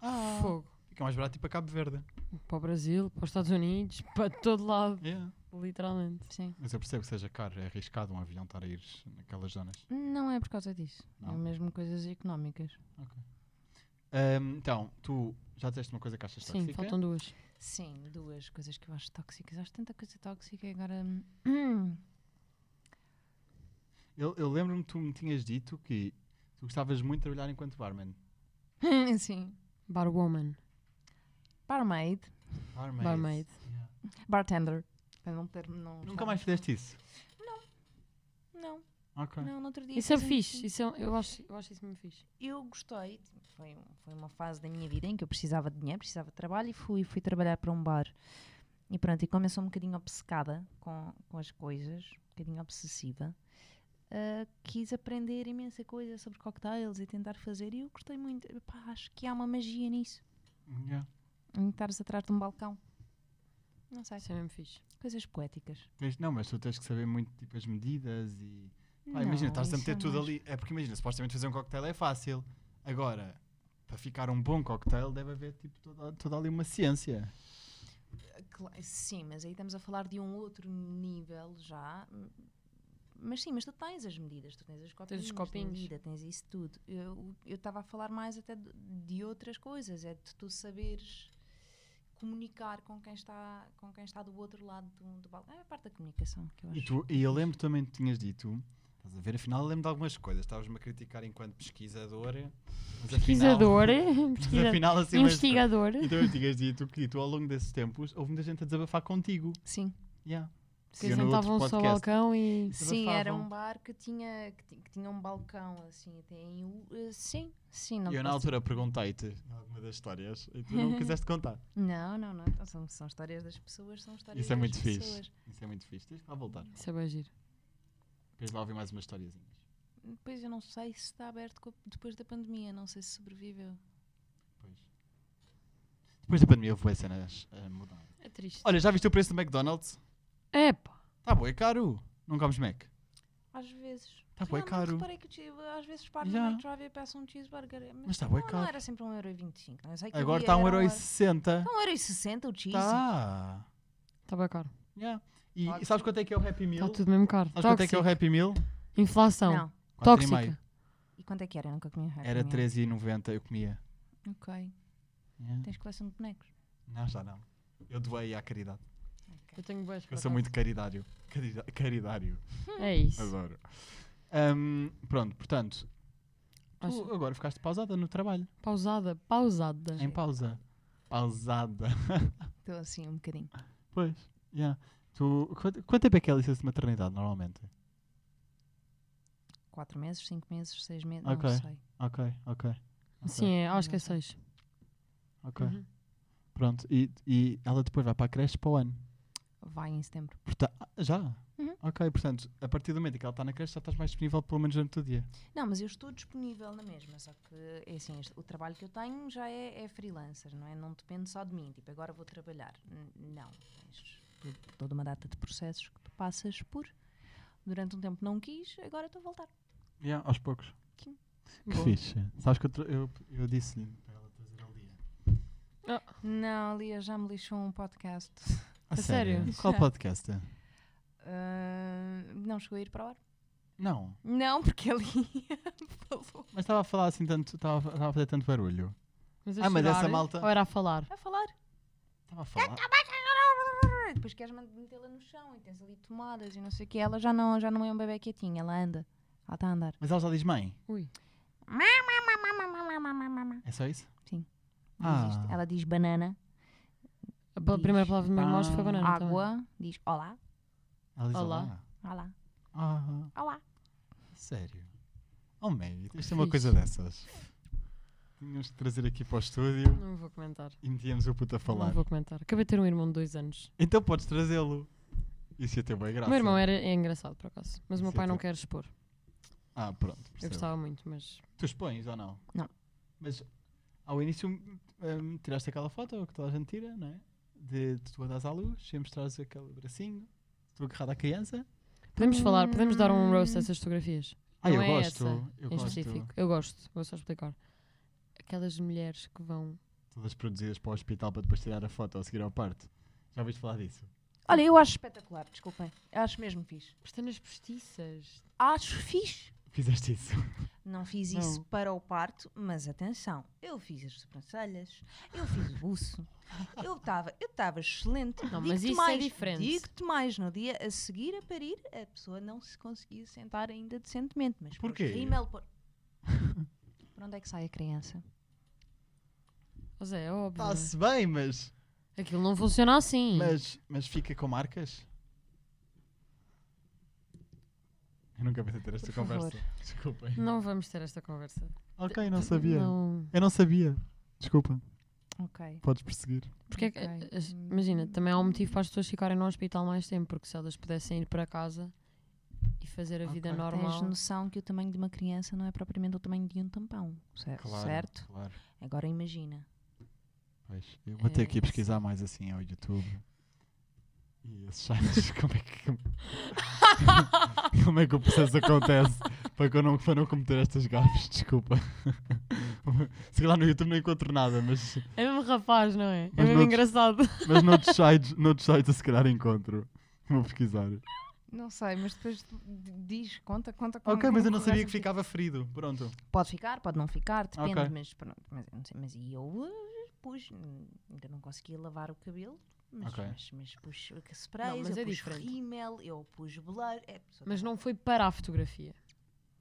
Ah.
Fogo.
Fica mais barato ir para Cabo Verde.
Para o Brasil, para os Estados Unidos, <laughs> para todo lado,
Yeah.
literalmente.
Sim.
Mas eu percebo que seja caro, é arriscado um avião estar a ir naquelas zonas.
Não é por causa disso.
Não?
É mesmo coisas económicas.
Ahm, então, tu já disseste uma coisa que achas
Sim,
tóxica?
faltam duas.
Sim, duas coisas que eu acho tóxicas. Acho tanta coisa tóxica e agora. <laughs> hum,
Eu, eu lembro-me que tu me tinhas dito que tu gostavas muito de trabalhar enquanto barman.
Sim.
Barwoman.
Barmaid,
Barmaid.
Barmaid.
Yeah.
bartender. Para não ter. Não
Nunca mais fizeste isso?
Não,
Ok.
não, no outro dia.
Isso é
fiz um-
fixe. Isso é- eu, acho, eu acho isso muito fixe.
eu gostei. Foi, um- foi uma fase da minha vida em que eu precisava de dinheiro, precisava de trabalho e fui, fui trabalhar para um bar. E pronto, e como eu sou um bocadinho obcecada com, com as coisas, um bocadinho obsessiva, ah, quis aprender imensa coisa sobre cocktails e tentar fazer, e eu gostei muito. Epá, acho que há uma magia nisso,
Yeah.
em estares atrás de um balcão. Não sei,
Isso é mesmo fixe.
coisas poéticas.
Mas Não, mas tu tens que saber muito tipo as medidas e. Pá,
Não,
Ah, imagina, estás
isso
a
é
meter tudo
mais-
ali. É porque imagina, supostamente fazer um cocktail é fácil. Agora, para ficar um bom cocktail deve haver tipo toda, toda ali uma ciência.
Cla- Sim, mas aí estamos a falar de um outro nível já. M- Mas sim, mas tu tens as medidas, tu tens os copinhos, de
copinhos.
medida, tens isso tudo. Eu eu estava a falar mais até de, de outras coisas, é de tu saberes comunicar com quem está, com quem está do outro lado do, do balcão. É a parte da comunicação que eu acho.
E, tu, e eu lembro também que tinhas dito. Estás a ver, afinal, eu lembro de algumas coisas. Estavas-me a criticar enquanto pesquisadora. Mas afinal,
Pesquisador,
<laughs>
é?
mas
pesquisa-
afinal assim, mas- <laughs>
investigador.
E também tinhas dito que tu, ao longo desses tempos, houve muita gente a desabafar contigo.
Sim.
Yeah.
Que
Eu no outro
sentavam-se ao
podcast-
balcão e.
Sim,
Abafavam.
era um bar que tinha, que, ti- que tinha um balcão assim, até em U. eh, Sim, sim, não
E eu, na
posso-
altura, perguntei-te alguma das histórias e
<laughs>
tu não me quiseste contar.
Não, não, não. Então, são, são histórias das pessoas, são histórias
Isso é
das
muito
pessoas.
fixe. Isso é muito fixe. Tens que lá voltar.
Isso é bem giro.
Tens lá ouvir mais umas historiazinhas.
Pois eu não sei se está aberto co- depois da pandemia, não sei se sobreviveu.
Pois. Depois da pandemia houve boas cenas a mudar.
É triste.
Olha, já viste o preço do McDonald's?
É pá.
Tá bom, é caro. Não comes Mac.
Às vezes.
Tá bué
Realmente
caro.
Reparei que o che- às vezes paro
Já.
no McDrive e peço um cheeseburger. tipo,
Mas tá
não,
bué
Não
caro.
era sempre 1,25€. Não, eu sei que um
Agora tá um
está
está 1,60€.
Não era 60 o cheese.
Tá.
Está bem caro.
Yeah. E,
Tóxico. Tá
e sabes quanto é que é o Happy Meal?
Está tudo mesmo caro.
Sabes quanto é que é o
Tóxico.
Happy Meal?
Inflação.
Não.
Quatro e
Tóxica.
meio.
E quanto é que era? Eu nunca comi um Happy
Era
Meal.
13,90€ eu comia.
Ok.
Yeah.
Tens coleção de bonecos?
Não, já não. Eu doei à caridade.
Eu tenho boas
Eu sou muito caridário. Carida- Caridário.
É isso.
Adoro. Ahm, pronto, portanto, tu
Acho-
agora ficaste pausada no trabalho.
Pausada. Pausada.
Em pausa. Pausada.
Estou assim um bocadinho.
Pois, yeah. tu, quanto, quanto tempo é que é a licença de maternidade normalmente?
4 meses, 5 meses, 6 meses,
Ok.
não sei.
Ok, ok. ok,
Sim, é, acho que é
Não sei.
seis.
ok.
Uhum.
Pronto, e, e ela depois vai para a creche para o ano.
Vai em setembro.
Porta- ah, já?
Uhum.
Ok, portanto, a partir do momento em que ela está na creche, já estás mais disponível pelo menos durante o dia.
Não, mas eu estou disponível na mesma, só que é assim, este- o trabalho que eu tenho já é, é freelancer, não é? Não depende só de mim, tipo, agora vou trabalhar. N- Não, tens tu- toda uma data de processos que tu passas por. Durante um tempo não quis, agora estou a voltar.
Yeah, aos poucos. Que
Boa.
fixe. Sabes que eu, tra- eu, eu disse-lhe para ela trazer a Lia.
Não, Lia, já me lixou um podcast.
A
A sério?
Qual
Já.
podcast? é?
Ah, não chegou a ir para a hora?
Não.
Não, porque a Lia <laughs> falou.
Mas estava a falar assim tanto, estava estava a fazer tanto barulho.
Mas a
Ah, mas essa
chorar,
malta-
Ou era a falar?
A falar.
Estava a
É tá
falar.
E tá Depois queres man- metê-la no chão e tens ali tomadas e não sei o que. Ela já não, já não é um bebê quietinho, ela anda. Ela está a andar.
Mas ela já diz mãe.
Ui.
É só isso?
Sim. Diz
Ah.
isto. Ela diz banana,
A pa-
Diz.
primeira palavra do meu irmão
Ah.
foi banana.
água, diz olá,
Ela diz
Olá.
olá.
olá,
Ah,
olá.
sério. Oh, Mary, isto é uma
Fixe.
coisa dessas. Tínhamos que trazer aqui para o estúdio
Também. Não vou comentar.
e metíamos o puto a falar.
Não vou comentar. Acabei de ter um irmão de dois anos.
Então podes trazê-lo. Isso ia ter bem graça.
O meu irmão era, é engraçado, por acaso. Mas o meu
Isso é
pai não
tudo.
quer expor.
Ah, pronto.
Eu
percebo.
gostava muito, mas.
Tu expões ou não?
Não.
Mas ao início hum, tiraste aquela foto que toda a gente tira, não é? De, de tu andas à luz, sempre mostrares aquele bracinho, tu agarrado à criança.
Podemos falar, podemos dar um roast a essas fotografias.
Ah,
Não
eu
é
gosto.
essa,
Eu
em
gosto.
específico. Eu gosto, vou só explicar. Aquelas mulheres que vão.
Todas produzidas para o hospital para depois tirar a foto ou seguir ao parto. Já ouviste falar disso?
Olha, eu acho espetacular, desculpem. Eu acho mesmo fixe.
Pestanas postiças.
Acho fixe.
Fizeste isso.
Não fiz
Não.
isso para o parto, mas atenção, eu fiz as sobrancelhas, eu fiz o buço, eu estava eu tava excelente.
Não,
Digo-te
mas isso é
mais,
diferente.
Digo-te mais, no dia a seguir a parir, a pessoa não se conseguia sentar ainda decentemente. Mas pôs
Porquê?
rímel, pôs- Por onde é que sai a criança?
Mas é óbvio.
Está-se bem, mas,
Aquilo não funciona
Hum.
assim.
mas. Mas fica com marcas? Eu nunca pensei ter esta
Por favor.
conversa. Desculpem.
Não vamos ter esta conversa.
Ok, não sabia.
Não.
Eu não sabia. Desculpa,
Ok.
podes prosseguir.
Porque é que-
Ok.
as- imagina, também há um motivo para as pessoas ficarem no hospital mais tempo, porque se elas pudessem ir para casa e fazer a
Ok,
vida normal.
Tens noção que o tamanho de uma criança não é propriamente o tamanho de um tampão, cer-
Claro,
certo?
claro.
Agora imagina.
Pois, eu vou ter
É,
que ir pesquisar mais assim ao YouTube. E esses sites, <laughs> como é
<laughs>
que. como é que o processo acontece para que eu não, para não cometer estas gafes? Desculpa. <laughs> Sei lá, no YouTube não encontro nada, mas,
É mesmo rapaz, não é? é
Mas
mesmo
noutros-
engraçado.
mas noutros, sites, noutros sites eu se calhar encontro. Vou pesquisar.
Não sei, mas depois d- diz, conta, conta. como-
Ok, mas
como
eu não sabia
correu.
que ficava ferido. Pronto.
Pode ficar, pode não ficar, depende,
Ok.
mas pronto. Mas, eu não sei, mas e eu eh, pus, hum, ainda não conseguia lavar o cabelo, mas,
Ok,
mas, mas pus eh, sprays,
Não, mas
eu
é
pus
diferente.
rímel, eu pus beleiro. é, sou
Mas
capaz.
não foi para a fotografia.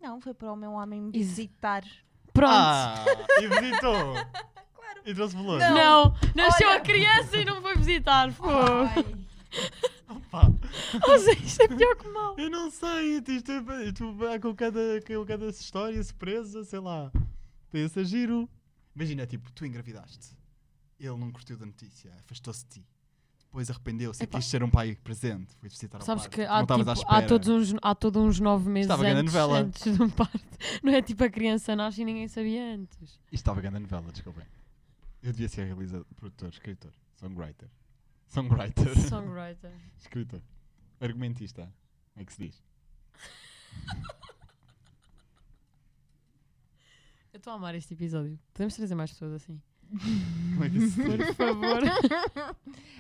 Não, foi para o meu homem me
Isso.
<laughs> visitar.
Pronto.
Ah! E
<laughs>
visitou! E trouxe valor.
Não, nasceu
Olha.
a criança e não foi visitar. Pô.
Pá,
Ou seja, isto é pior que mal.
eu não sei, isto é, isto vai com cada, com cada história surpresa, sei lá. Pensa giro. Imagina, tipo, tu engravidaste. Ele não curtiu da notícia, afastou-se de ti. Depois arrependeu-se e
Epá.
quis ser um pai presente. Foi visitar o
Sabes
parto.
que
Tu
há,
não estavas
tipo,
à
há
espera.
todos uns, há todos uns nove meses
Estava grande
antes,
novela.
antes de um parto. <laughs> Não é tipo a criança nasce e ninguém sabia antes.
Isto estava grande novela, desculpem. Eu devia ser realizador, produtor, escritor, songwriter. Songwriter.
Songwriter.
<laughs> Escritor. Argumentista. Como é que se diz?
Eu estou a amar este episódio. Podemos trazer mais pessoas assim.
Como é que se diz?
Por favor.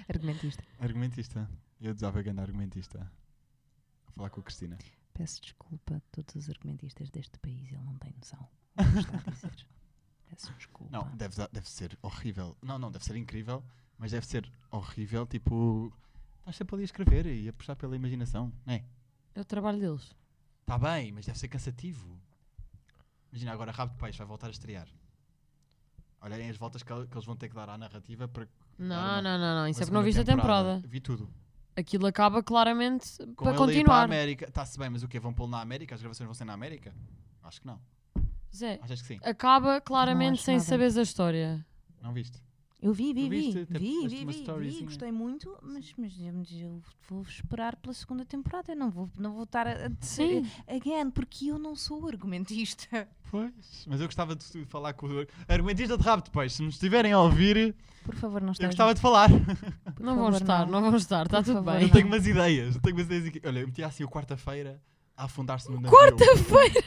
Argumentista.
Argumentista. Eu usava grande argumentista. A falar com a Cristina.
Peço desculpa a todos os argumentistas deste país, ele não tem noção. do que está a dizer.
<laughs>
Peço desculpa.
Não, deve, da- deve ser horrível. Não, não, deve ser incrível, mas deve ser horrível. Tipo, estás sempre ali a escrever e a puxar pela imaginação, não é?
É o trabalho deles.
Está Tá bem, mas deve ser cansativo. Imagina agora, Rabo de Peixe vai voltar a estrear. Olhem as voltas que, el- que eles vão ter que dar à narrativa para.
Não,
Claro,
não, não, não.
uma
Isso é porque
segunda
não viste a temporada.
Vi tudo.
Aquilo acaba claramente
Com
para
ele ir para a
continuar.
América. Está-se bem, mas o quê? Vão pô-lo na América? As gravações vão ser na América? Acho que não.
Zé,
Achas que sim?
acaba claramente
acho
sem
nada.
saberes a história.
Não viste?
Eu vi, vi,
Tu
vi.
viste? Até
Vi,
puseste
vi,
uma
vi, vi,
storyzinha.
gostei muito, mas, mas eu- mas eu vou esperar pela segunda temporada. Eu não vou, não vou estar a, a dizer again, porque eu não sou argumentista.
Pois, mas eu gostava de tu- falar com o argumentista de rabo de peixe. Se nos estiverem a ouvir,
Por favor, não
eu
estás.
gostava de falar.
por
não vão
favor,
estar, não. vão estar. Está
Por
tudo
favor,
bem.
Eu
não.
tenho umas ideias. Eu tenho umas ideias aqui. Olha, eu meti assim o quarta-feira a afundar-se no navio.
Quarta-feira.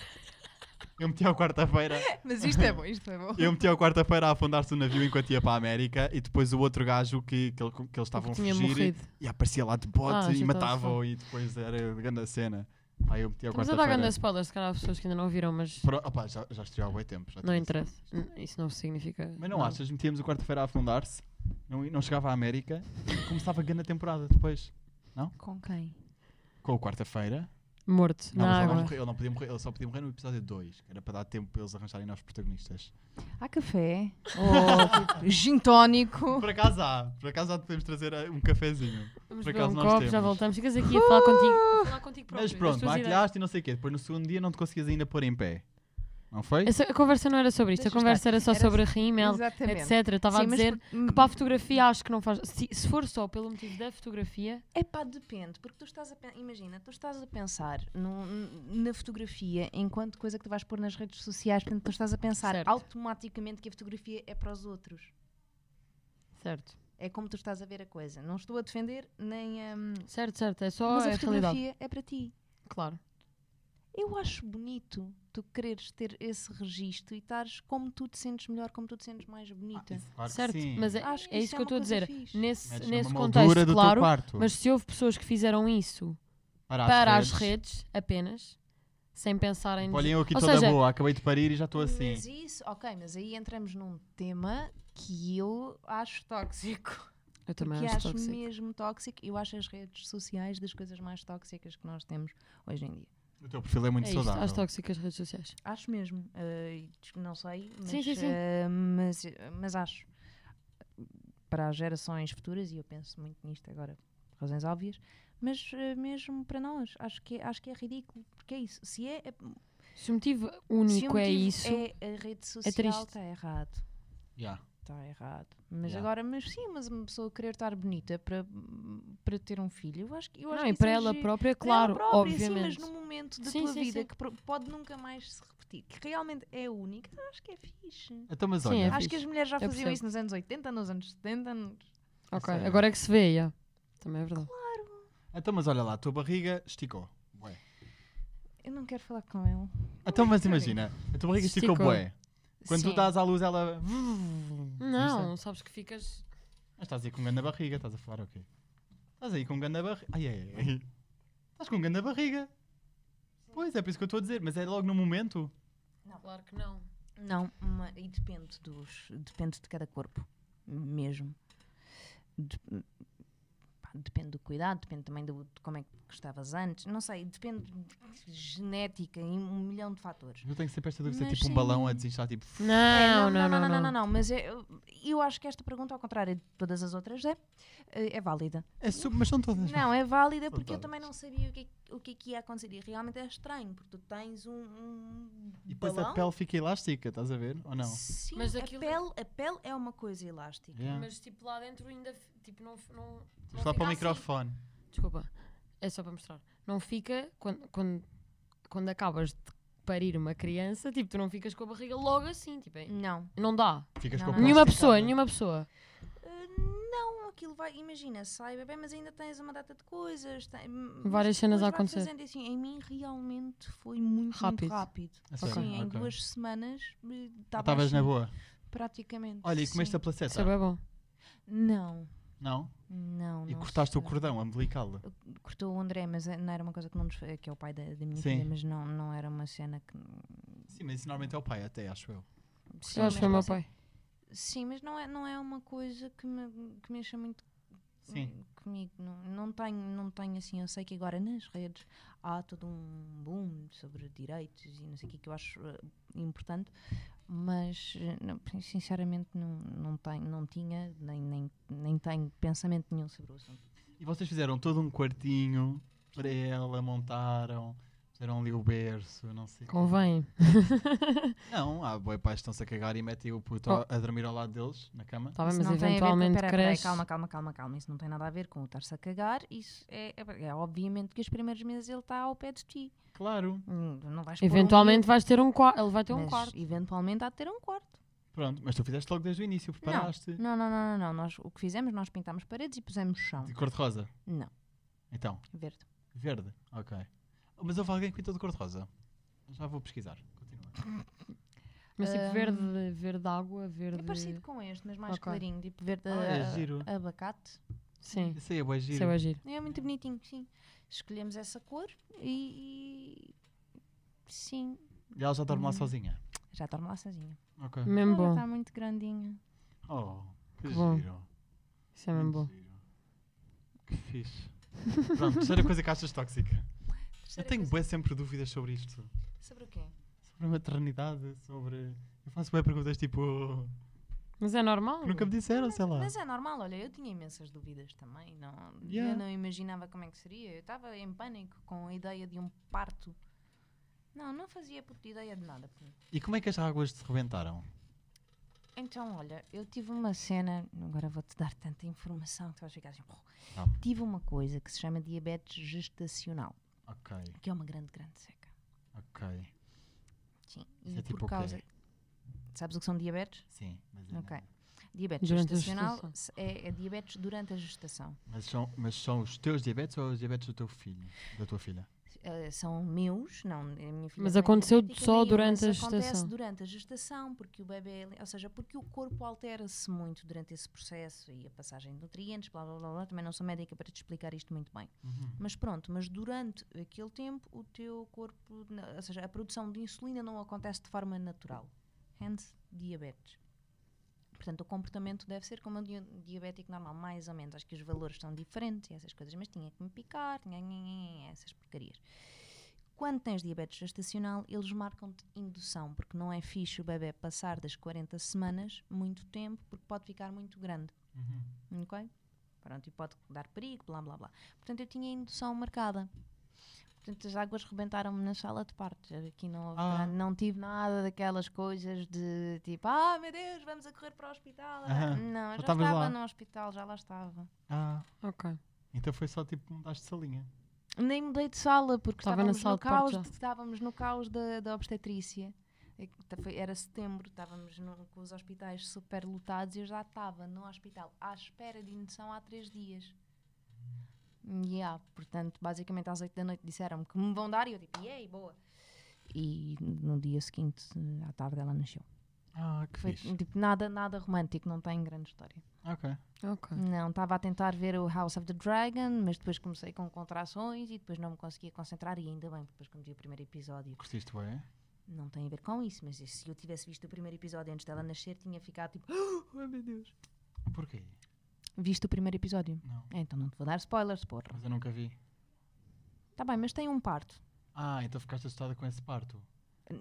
Eu meti ao quarta-feira.
Mas isto é bom, isto é bom.
Eu meti ao quarta-feira a afundar-se no navio enquanto ia para a América e depois o outro gajo que, que, ele- que eles estavam a
Que tinha
fugir
morrido.
e aparecia lá de bote
Ah,
e
já estava
matava-o e depois era a grande cena. Aí eu meti ao
Estamos a dar
quarta-feira.
grandes spoilers, se calhar, há pessoas que ainda não viram, mas
Pro- Opa, já, já estreou há boi tempo. já
não
tinha-
interessa. N- Isso não significa.
tá Mas não
nada.
achas? Metíamos o quarta-feira a afundar-se, não, não chegava à América e começava a ganhar temporada depois.
<laughs> Com quem?
Com o quarta-feira.
Morto.
Não,
na
mas ele, não
água.
morreu, ele não podia morrer, ele só podia morrer no episódio 2, que era para dar tempo para eles arranjarem novos protagonistas.
Há café? Ou tipo, gin
Oh.
tónico?
Por acaso há, por acaso há de podemos trazer eh, um cafezinho.
Vamos
Por
beber um
acaso nós
copo, já
temos.
voltamos. Ficas aqui a falar contigo. A falar contigo próprio,
Mas
das
pronto,
tuas ideias.
maquilhaste e não sei o quê. Depois no segundo dia não te conseguias ainda pôr em pé. Não foi?
Essa- a conversa não era sobre isto, a
Deixa
conversa
estar.
era só
Era
sobre rímel,
Exatamente.
etc. Eu Estava a
Sim, mas
dizer
por-
que para a fotografia acho que não faz. Se, se for só pelo motivo da fotografia,
É pá, depende, porque tu estás a pen- imagina, tu estás a pensar num- na fotografia enquanto coisa que tu vais pôr nas redes sociais, portanto, tu estás a pensar
Certo.
automaticamente que a fotografia é para os outros.
certo.
É como tu estás a ver a coisa. Não estou a defender nem a.
Certo, certo. É só
Mas
é
a
a realidade.
fotografia é para ti.
Claro.
Eu acho bonito tu quereres ter esse registro e estares como tu te sentes melhor, como tu te sentes mais bonita.
Ah, Claro que
certo.
sim.
Mas Ah, é,
Acho que
é
isso
isso
é
que eu
uma
estou a dizer.
coisa fixe.
Nesse,
Metes
nesse
numa moldura
contexto,
do
claro.
teu quarto.
Mas se houve pessoas que fizeram isso
para,
para as redes apenas, sem pensarem
Olhem eu um aqui
Ou
toda
seja-
boa, acabei de parir e já estou assim.
Mas isso, ok, mas aí entramos num tema que eu acho tóxico.
Eu também
porque
acho
acho
tóxico.
mesmo tóxico. Eu acho as redes sociais das coisas mais tóxicas que nós temos hoje em dia.
O teu perfil é muito
É isto,
saudável.
acho tóxico as redes sociais.
Acho mesmo. eh, des- não sei, mas,
Sim, sim, sim.
eh, mas, mas acho. Para as gerações futuras, e eu penso muito nisto agora, por razões óbvias, mas eh, mesmo para nós, acho que, é- acho que é ridículo. Porque é isso. Se é,
Se o motivo
se o
único é
motivo
isso,
é a rede social,
triste.
está errado.
Yeah.
está errado. Mas
Yeah.
agora, mas sim, mas uma pessoa querer estar bonita para, para ter um filho, eu acho que. Eu acho
Não,
que
e
isso
para
é
ela
giro.
própria,
Para ela
claro,
própria,
obviamente.
Sim, mas num momento da
Sim,
tua
sim,
vida
sim.
que pro- pode nunca mais se repetir, que realmente é única, eu acho que é fixe.
Então, mas
Sim,
olha,
é
acho
fixe.
que as mulheres já
Eu
faziam
percebo.
isso nos anos 80, nos anos 70. nos-
Ok,
Essa é-
agora é que se vê, yeah. também é verdade.
então, mas olha lá, a tua barriga esticou. Bué.
Eu não quero falar com ele.
Então, mas imagina, a tua barriga esticou,
Esticou.
bué. Quando tu
Sim.
dás à luz, ela. é
Não,
Viste?
sabes que ficas.
Mas estás aí com grande barriga, estás a falar o quê? Estás aí com grande barriga. Ai, ai, ai. Estás com grande barriga. Pois, é por isso que eu estou a dizer, mas é logo no momento.
Claro que não.
Não, ma- e depende dos. Depende de cada corpo, mesmo. De- pá, depende do cuidado, depende também do, de como é que gostavas antes, não sei, depende de genética e um milhão de fatores.
Eu tenho sempre esta dúvida,
Mas
tipo
sim.
um balão a desinchar, tipo.
É,
Não, não, não,
não, não, não, mas eu, eu acho que esta pergunta, ao contrário de todas as outras, é, é válida.
É super, mas são todas. vá.
Não, é válida
São
porque eu
todas.
também não sabia o que, é que- o que é que ia acontecer e realmente é estranho, porque tu tens um, um
E depois
balão.
a pele fica elástica, estás a ver? Ou não?
Sim,
Mas
a,
aquilo-
pele, a pele é uma coisa elástica.
Yeah.
tipo lá dentro ainda. Tipo, não. não, assim.
Vamos falar para o
assim.
microfone.
Desculpa, é só para mostrar. Não fica. Quando, quando, quando acabas de parir uma criança, tipo, tu não ficas com a barriga logo assim, tipo, é-
Não.
não dá.
Ficas
Não,
com
Hum.
a
Ah, não,
pele
Nenhuma
esticada.
pessoa, nenhuma pessoa.
Ah, não, aquilo vai. Imagina, sai bebê, mas ainda tens uma data de coisas. tem- hum, mas
Várias cenas
depois
a
vai
acontecer.
fazendo, e assim, em mim realmente foi muito rápido.
Rápido.
Muito rápido.
A sério?
Sim, em
Ok.
duas semanas eh,
Ah,
estava
Estavas na
assim,
boa.
Praticamente.
Olha, e comeste
sim.
a placeta?
Isso é bem bom.
Não,
Não?
não.
E
não
cortaste o
sei.
cordão umbilical.
Cortou o André, mas eh, não era uma coisa que não nos foi, que é o pai da, da minha
Sim.
filha, mas não, não era uma cena que.
Sim, mas isso normalmente é o pai, até acho eu.
Sim,
Eu acho que foi o meu
mas-
pai.
Sim, mas não é, não é uma coisa que me, que me encha muito
Sim.
Hum, comigo. Não, não, tenho, não tenho assim. Eu sei que agora nas redes há todo um boom sobre direitos e não sei o que que eu acho eh, importante, mas eh, não, sinceramente não, não, tenho, não tinha, nem, nem, nem tenho pensamento nenhum sobre o assunto.
E vocês fizeram todo um quartinho para ela, montaram, fizeram ali o berço, não sei.
<laughs>
Convém.
Não, há boi pais que estão-se a cagar e metem o puto
Oh.
a dormir ao lado deles, na cama.
Tá bem,
Isso
mas
não tem a ver com-
eventualmente
peraí, peraí,
cresce.
calma, calma, calma, calma. Isso não tem nada a ver com o estar-se a cagar. Isso é, é, é obviamente que os primeiros meses ele está ao pé de ti.
Claro.
Hum, Não vais pôr um
Eventualmente
miúdo,
vais ter um quarto. Ele vai ter um
mas
quarto.
Eventualmente há de ter um quarto.
Pronto, mas tu fizeste logo desde o início, preparaste.
Não, não, não, não, não. Nós, o que fizemos, nós pintámos paredes e pusemos chão.
De cor-de-rosa.
Não,
Então,
verde.
verde. Ok. Mas houve alguém que pintou de cor-de-rosa. Já vou pesquisar. Continua.
Mas tipo
Hum.
verde, verde água, verde.
É parecido com este, mas mais
Ok.
clarinho, tipo verde
Ah, é
a-
giro.
abacate.
Sim,
Isso aí é boi
isso
giro.
é bem giro.
É muito bonitinho, sim. Escolhemos essa cor e. e- Sim,
E ela já dorme
Uhum.
lá sozinha.
já dorme lá sozinha.
Ok.
Mesmo bom.
Está muito grandinha.
Oh, que,
Uhum. Que bom.
giro.
Isso é mesmo
Muito
bom.
giro. Que fixe. Pronto, terceira coisa que achas tóxica. Eu tenho bem sempre dúvidas sobre isto.
Sobre o quê?
Sobre a maternidade, sobre. Eu faço bem perguntas tipo.
Mas é normal.
que Nunca me disseram, sei lá.
Mas é normal, olha, eu tinha imensas dúvidas também. Não,
Yeah.
Eu não imaginava como é que seria. Eu estava em pânico com a ideia de um parto. Não, não fazia puta ideia de nada. puto.
E como é que as águas se rebentaram?
Então, olha, eu tive uma cena, agora vou-te dar tanta informação que tu vais ficar assim.
Tá.
Tive uma coisa que se chama diabetes gestacional,
Ok,
que é uma grande, grande seca.
ok.
Sim.
Isso
E
é tipo o quê?
por causa. Sabes o que são diabetes?
Sim, mas, é eu
Ok.
não-
Diabetes
Durante a
gestacional
gestação.
se- é, é diabetes durante a gestação.
mas são, mas são os teus diabetes ou os diabetes do teu filho? Da tua filha?
Eh, são meus, não, a minha filha
Mas
também
aconteceu
tem
só
nenhum,
durante a
mas Acontece
gestação.
durante a gestação, porque o bebê, ou seja, porque o corpo altera-se muito durante esse processo e a passagem de nutrientes, blá blá blá, blá. também não sou médica para te explicar isto muito bem.
Uhum,
Mas pronto, mas durante aquele tempo o teu corpo, na- ou seja, a produção de insulina não acontece de forma natural. Hence, diabetes. Portanto, o comportamento deve ser como um dia- diabético normal, mais ou menos. Acho que os valores são diferentes e essas coisas, mas tinha que me picar, tinha essas porcarias. Quando tens diabetes gestacional, eles marcam-te indução, porque não é fixe o bebê passar das 40 semanas muito tempo, porque pode ficar muito grande.
uhum.
Ok? Pronto, e pode dar perigo, blá blá blá. Portanto, eu tinha a indução marcada. Portanto, as águas rebentaram-me na sala de partos. Aqui não, houve
Ah.
grande- não tive nada daquelas coisas de tipo, ah, meu Deus, vamos a correr para o hospital. Não,
Aham. Já
eu já
estavas
estava
lá.
no hospital, já lá estava.
Ah,
Ok.
então foi só tipo mudaste de salinha.
Nem mudei de sala, porque
Estava na
estávamos,
sala
no
de parto
caos,
já.
de- estávamos no caos da, da obstetrícia. É que ta- foi- Era setembro, estávamos no- com os hospitais super lotados e eu já estava no hospital à espera de indução há três dias. E há, portanto, basicamente às oito da noite disseram-me que me vão dar e eu tipo, ei, boa. E no dia seguinte, eh, à tarde, ela nasceu.
Ah, que
Foi
fixe.
tipo nada, nada romântico, não tem grande história.
Ok.
Ok.
Não, estava a tentar ver o House of the Dragon, mas depois comecei com contrações e depois não me conseguia concentrar, e ainda bem, depois como vi o primeiro episódio.
Curtiste bem?
Não tem a ver com isso, mas se eu tivesse visto o primeiro episódio antes dela nascer, tinha ficado tipo, oh meu Deus.
Porquê?
Viste o primeiro episódio?
Não.
É, Então não te vou dar spoilers, porra.
Mas eu nunca vi.
Tá bem, mas tem um parto.
Ah, então ficaste assustada com esse parto.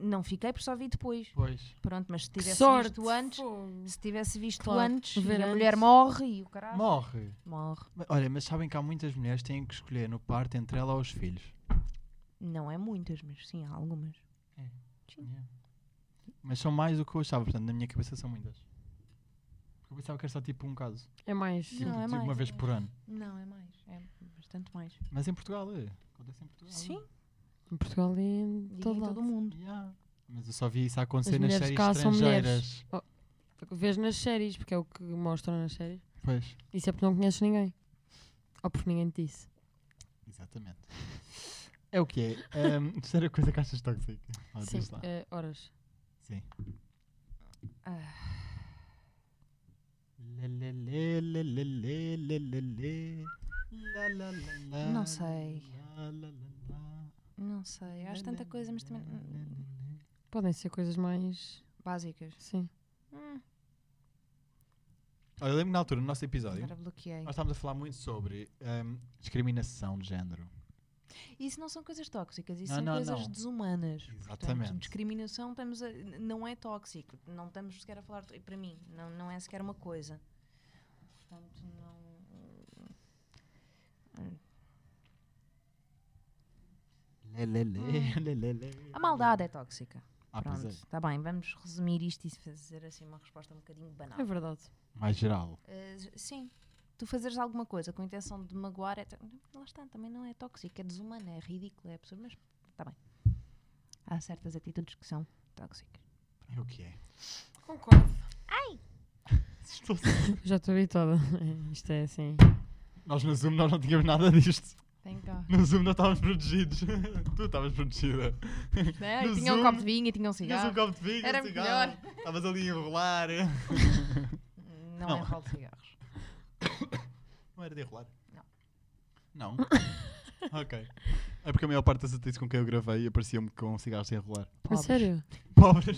Não fiquei porque só vi depois.
Pois.
Pronto, mas se
Que
tivesse
sorte!
visto antes,
Fogo.
se tivesse visto
Claro,
antes,
ver
e a
antes.
mulher morre e o caralho.
Morre.
Morre.
Ma- Olha, mas sabem que há muitas mulheres que têm que escolher no parto entre ela ou os filhos.
Não é muitas, mas sim, há algumas.
Yeah. Mas são mais do que eu achava, portanto, na minha cabeça são muitas. Porque eu pensava que era só tipo um caso.
É mais.
Tipo,
Não, é
tipo uma
mais,
vez
é
por ano.
Não, é mais. É bastante mais.
Mas em Portugal, é. Acontece em Portugal.
Sim.
Em Portugal e em
E em
todo lado.
todo o mundo.
Yeah. Mas eu só vi isso acontecer
As
nas
mulheres
séries
cá são
estrangeiras.
Vês nas séries, porque é o que mostram nas séries.
Pois.
Isso é porque não conheces ninguém. Ou porque ninguém te disse.
Exatamente. É o que é. Ahm, <laughs> terceira coisa que achas tóxica. Ah,
Sim,
diz
É.
lá.
eh, horas.
Sim.
Ah,
Lê, lê, lê, lê, lê, lê, lê, lê, lê. Lá, lá, lá, lá,
Não sei.
lá, lá, lá, lá.
não sei, acho tanta coisa, mas também. hum,
Podem ser coisas mais.
Básicas.
Sim.
Hum,
Olha, eu lembro na altura, no nosso episódio,
agora bloqueei.
nós estávamos a falar muito sobre ahm, discriminação de género.
Isso não são coisas tóxicas, isso
Não,
são
não,
coisas
não.
desumanas. Portanto,
Exatamente.
discriminação estamos a- n- não é tóxico. Não estamos sequer a falar. Para mim, não, não é sequer uma coisa. Portanto, não.
Lê, lê, lê, lê, lê, lê.
A maldade é tóxica.
Ah, pois
Hum. Pronto,
é.
está bem, vamos resumir isto e fazer assim uma resposta um bocadinho banal.
É verdade.
Mais geral.
Uh, s- sim. Tu fazeres alguma coisa com a intenção de magoar, é, t- lá está, também não é tóxico, é desumano, é ridículo, é absurdo, mas está bem. Há certas atitudes que são tóxicas.
É o que é.
Concordo.
Estou-
<laughs> Já estou habituada. <laughs> Isto é assim.
Nós no Zoom nós não tínhamos nada disto.
Tem
<laughs>
cá.
No Zoom nós estávamos protegidos. <laughs> tu estavas protegida.
Né?
No
E tinha um
Zoom,
copo de vinho e tinha um
Tinhas um
cigarro.
copo de vinho,
Era
um cigarro. Estavas ali a enrolar.
Não,
Não.
é rol de
<laughs>
cigarros.
Não era de enrolar?
Não.
Não? ok. É porque a maior parte das atrizes com quem eu gravei apareciam-me com cigarros sem enrolar.
A
Pobres.
sério?
Pobres.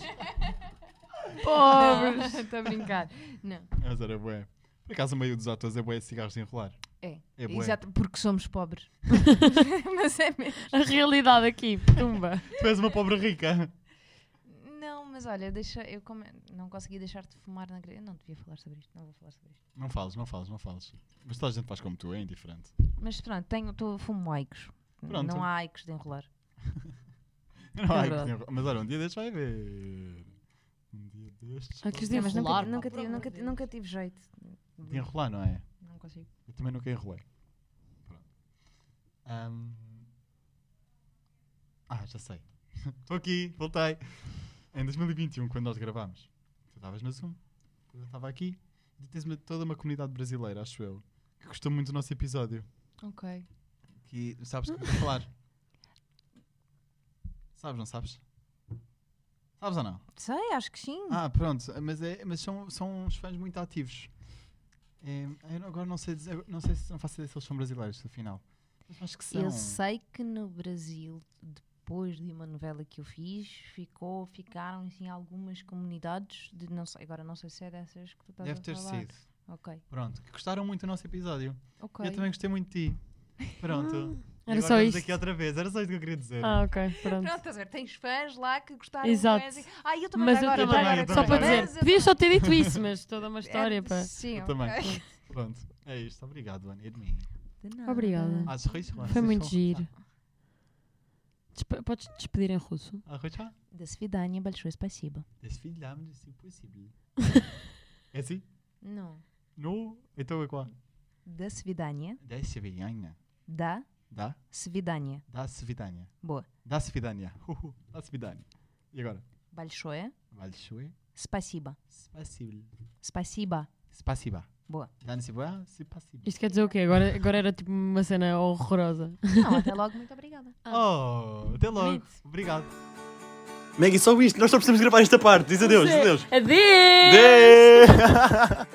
Pobres! <laughs> Estou a brincar. Não.
Mas era bué. Por acaso, o meio dos atores é bué de cigarros sem enrolar.
É.
É bué.
Exato, porque somos
<laughs>
pobres. <laughs> mas é mesmo.
<laughs> A realidade aqui, tumba.
Tu és uma pobre rica.
Não, mas olha, deixa, eu como- não consegui deixar de fumar na grelha. Não devia falar sobre isto, não vou falar sobre isto.
Não fales, não fales, não fales. Mas toda a gente faz como tu, é indiferente.
Mas pronto, tenho, tô, fumo Aikos.
Pronto.
Não há Aikos de enrolar.
Não há que
verdade.
enrolar. Mas olha, um dia destes vai ver. Um dia destes.
Há que os de
Não, mas
enrolar.
nunca, nunca,
pá, por
tive,
amor
nunca,
de
ti- nunca tive jeito.
De enrolar, não é?
Não consigo.
Eu também nunca enrolei. Pronto. Ahm. Ah, já sei. <laughs> Estou aqui, voltei. Em 2021, quando nós gravámos, tu estavas no Zoom, eu estava aqui, e tens uma- toda uma comunidade brasileira, acho eu, que gostou muito do nosso episódio.
Ok.
Que sabes o que eu vou falar? Sabes, não sabes? Sabes ou não?
Sei, acho que sim.
Ah, pronto, mas, é, mas são, são uns fãs muito ativos. É, eu não- agora não sei dizer, não sei se não faço ideia se eles são brasileiros, afinal. Mas acho que são.
Eu sei que no Brasil, depois de uma novela que eu fiz, ficou, ficaram assim algumas comunidades de não sei, agora não sei se é dessas que tu estás
Deve
a
ter
falar.
sido.
Ok.
Pronto, que gostaram muito do nosso episódio.
Ok.
Eu também gostei muito de ti.
Ah,
Pronto. E
Era
agora
só
estamos
isto.
aqui outra vez, era só isto que eu queria dizer.
Ah, ok,
Pronto,
pronto.
estás a ver? Tens fãs lá que gostaram
Exato.
de Ah, eu também
Mas
já
eu
agora,
também,
já agora,
eu
já
só
também.
para
agora.
dizer,
Mas eu
podias só ter dito isso, mas toda uma
<laughs> também-
história,
É,
pá.
Sim,
Eu também.
ok.
Pronto, é isto. Obrigado, Ana, e de mim.
De nada.
Obrigada.
Ah, sorriso,
Foi muito giro. Despe- Podes te despedir em russo?
Arrocha?
До свидания, большое спасибо.
Desfilhamos, se possível. É assim?
Não.
No, então é qual?
До свидания.
Desfilhanya.
До
Dá?
свидания.
Dá svidania.
Boa.
Dá svidania. <laughs> Uhu, Dá svidania. E agora?
Большое
Большое
спасибо.
спасибо.
Спасибо.
Спасибо.
Boa.
Dá-me se boa, se possível.
Isto quer dizer o quê? Agora, agora era tipo uma cena horrorosa.
Não, até logo, muito obrigada.
Oh, até logo.
Bonito.
Obrigado.
Maggie, só isto, nós só precisamos gravar esta parte. Diz adeus, diz adeus.
Adeus!
Adeus!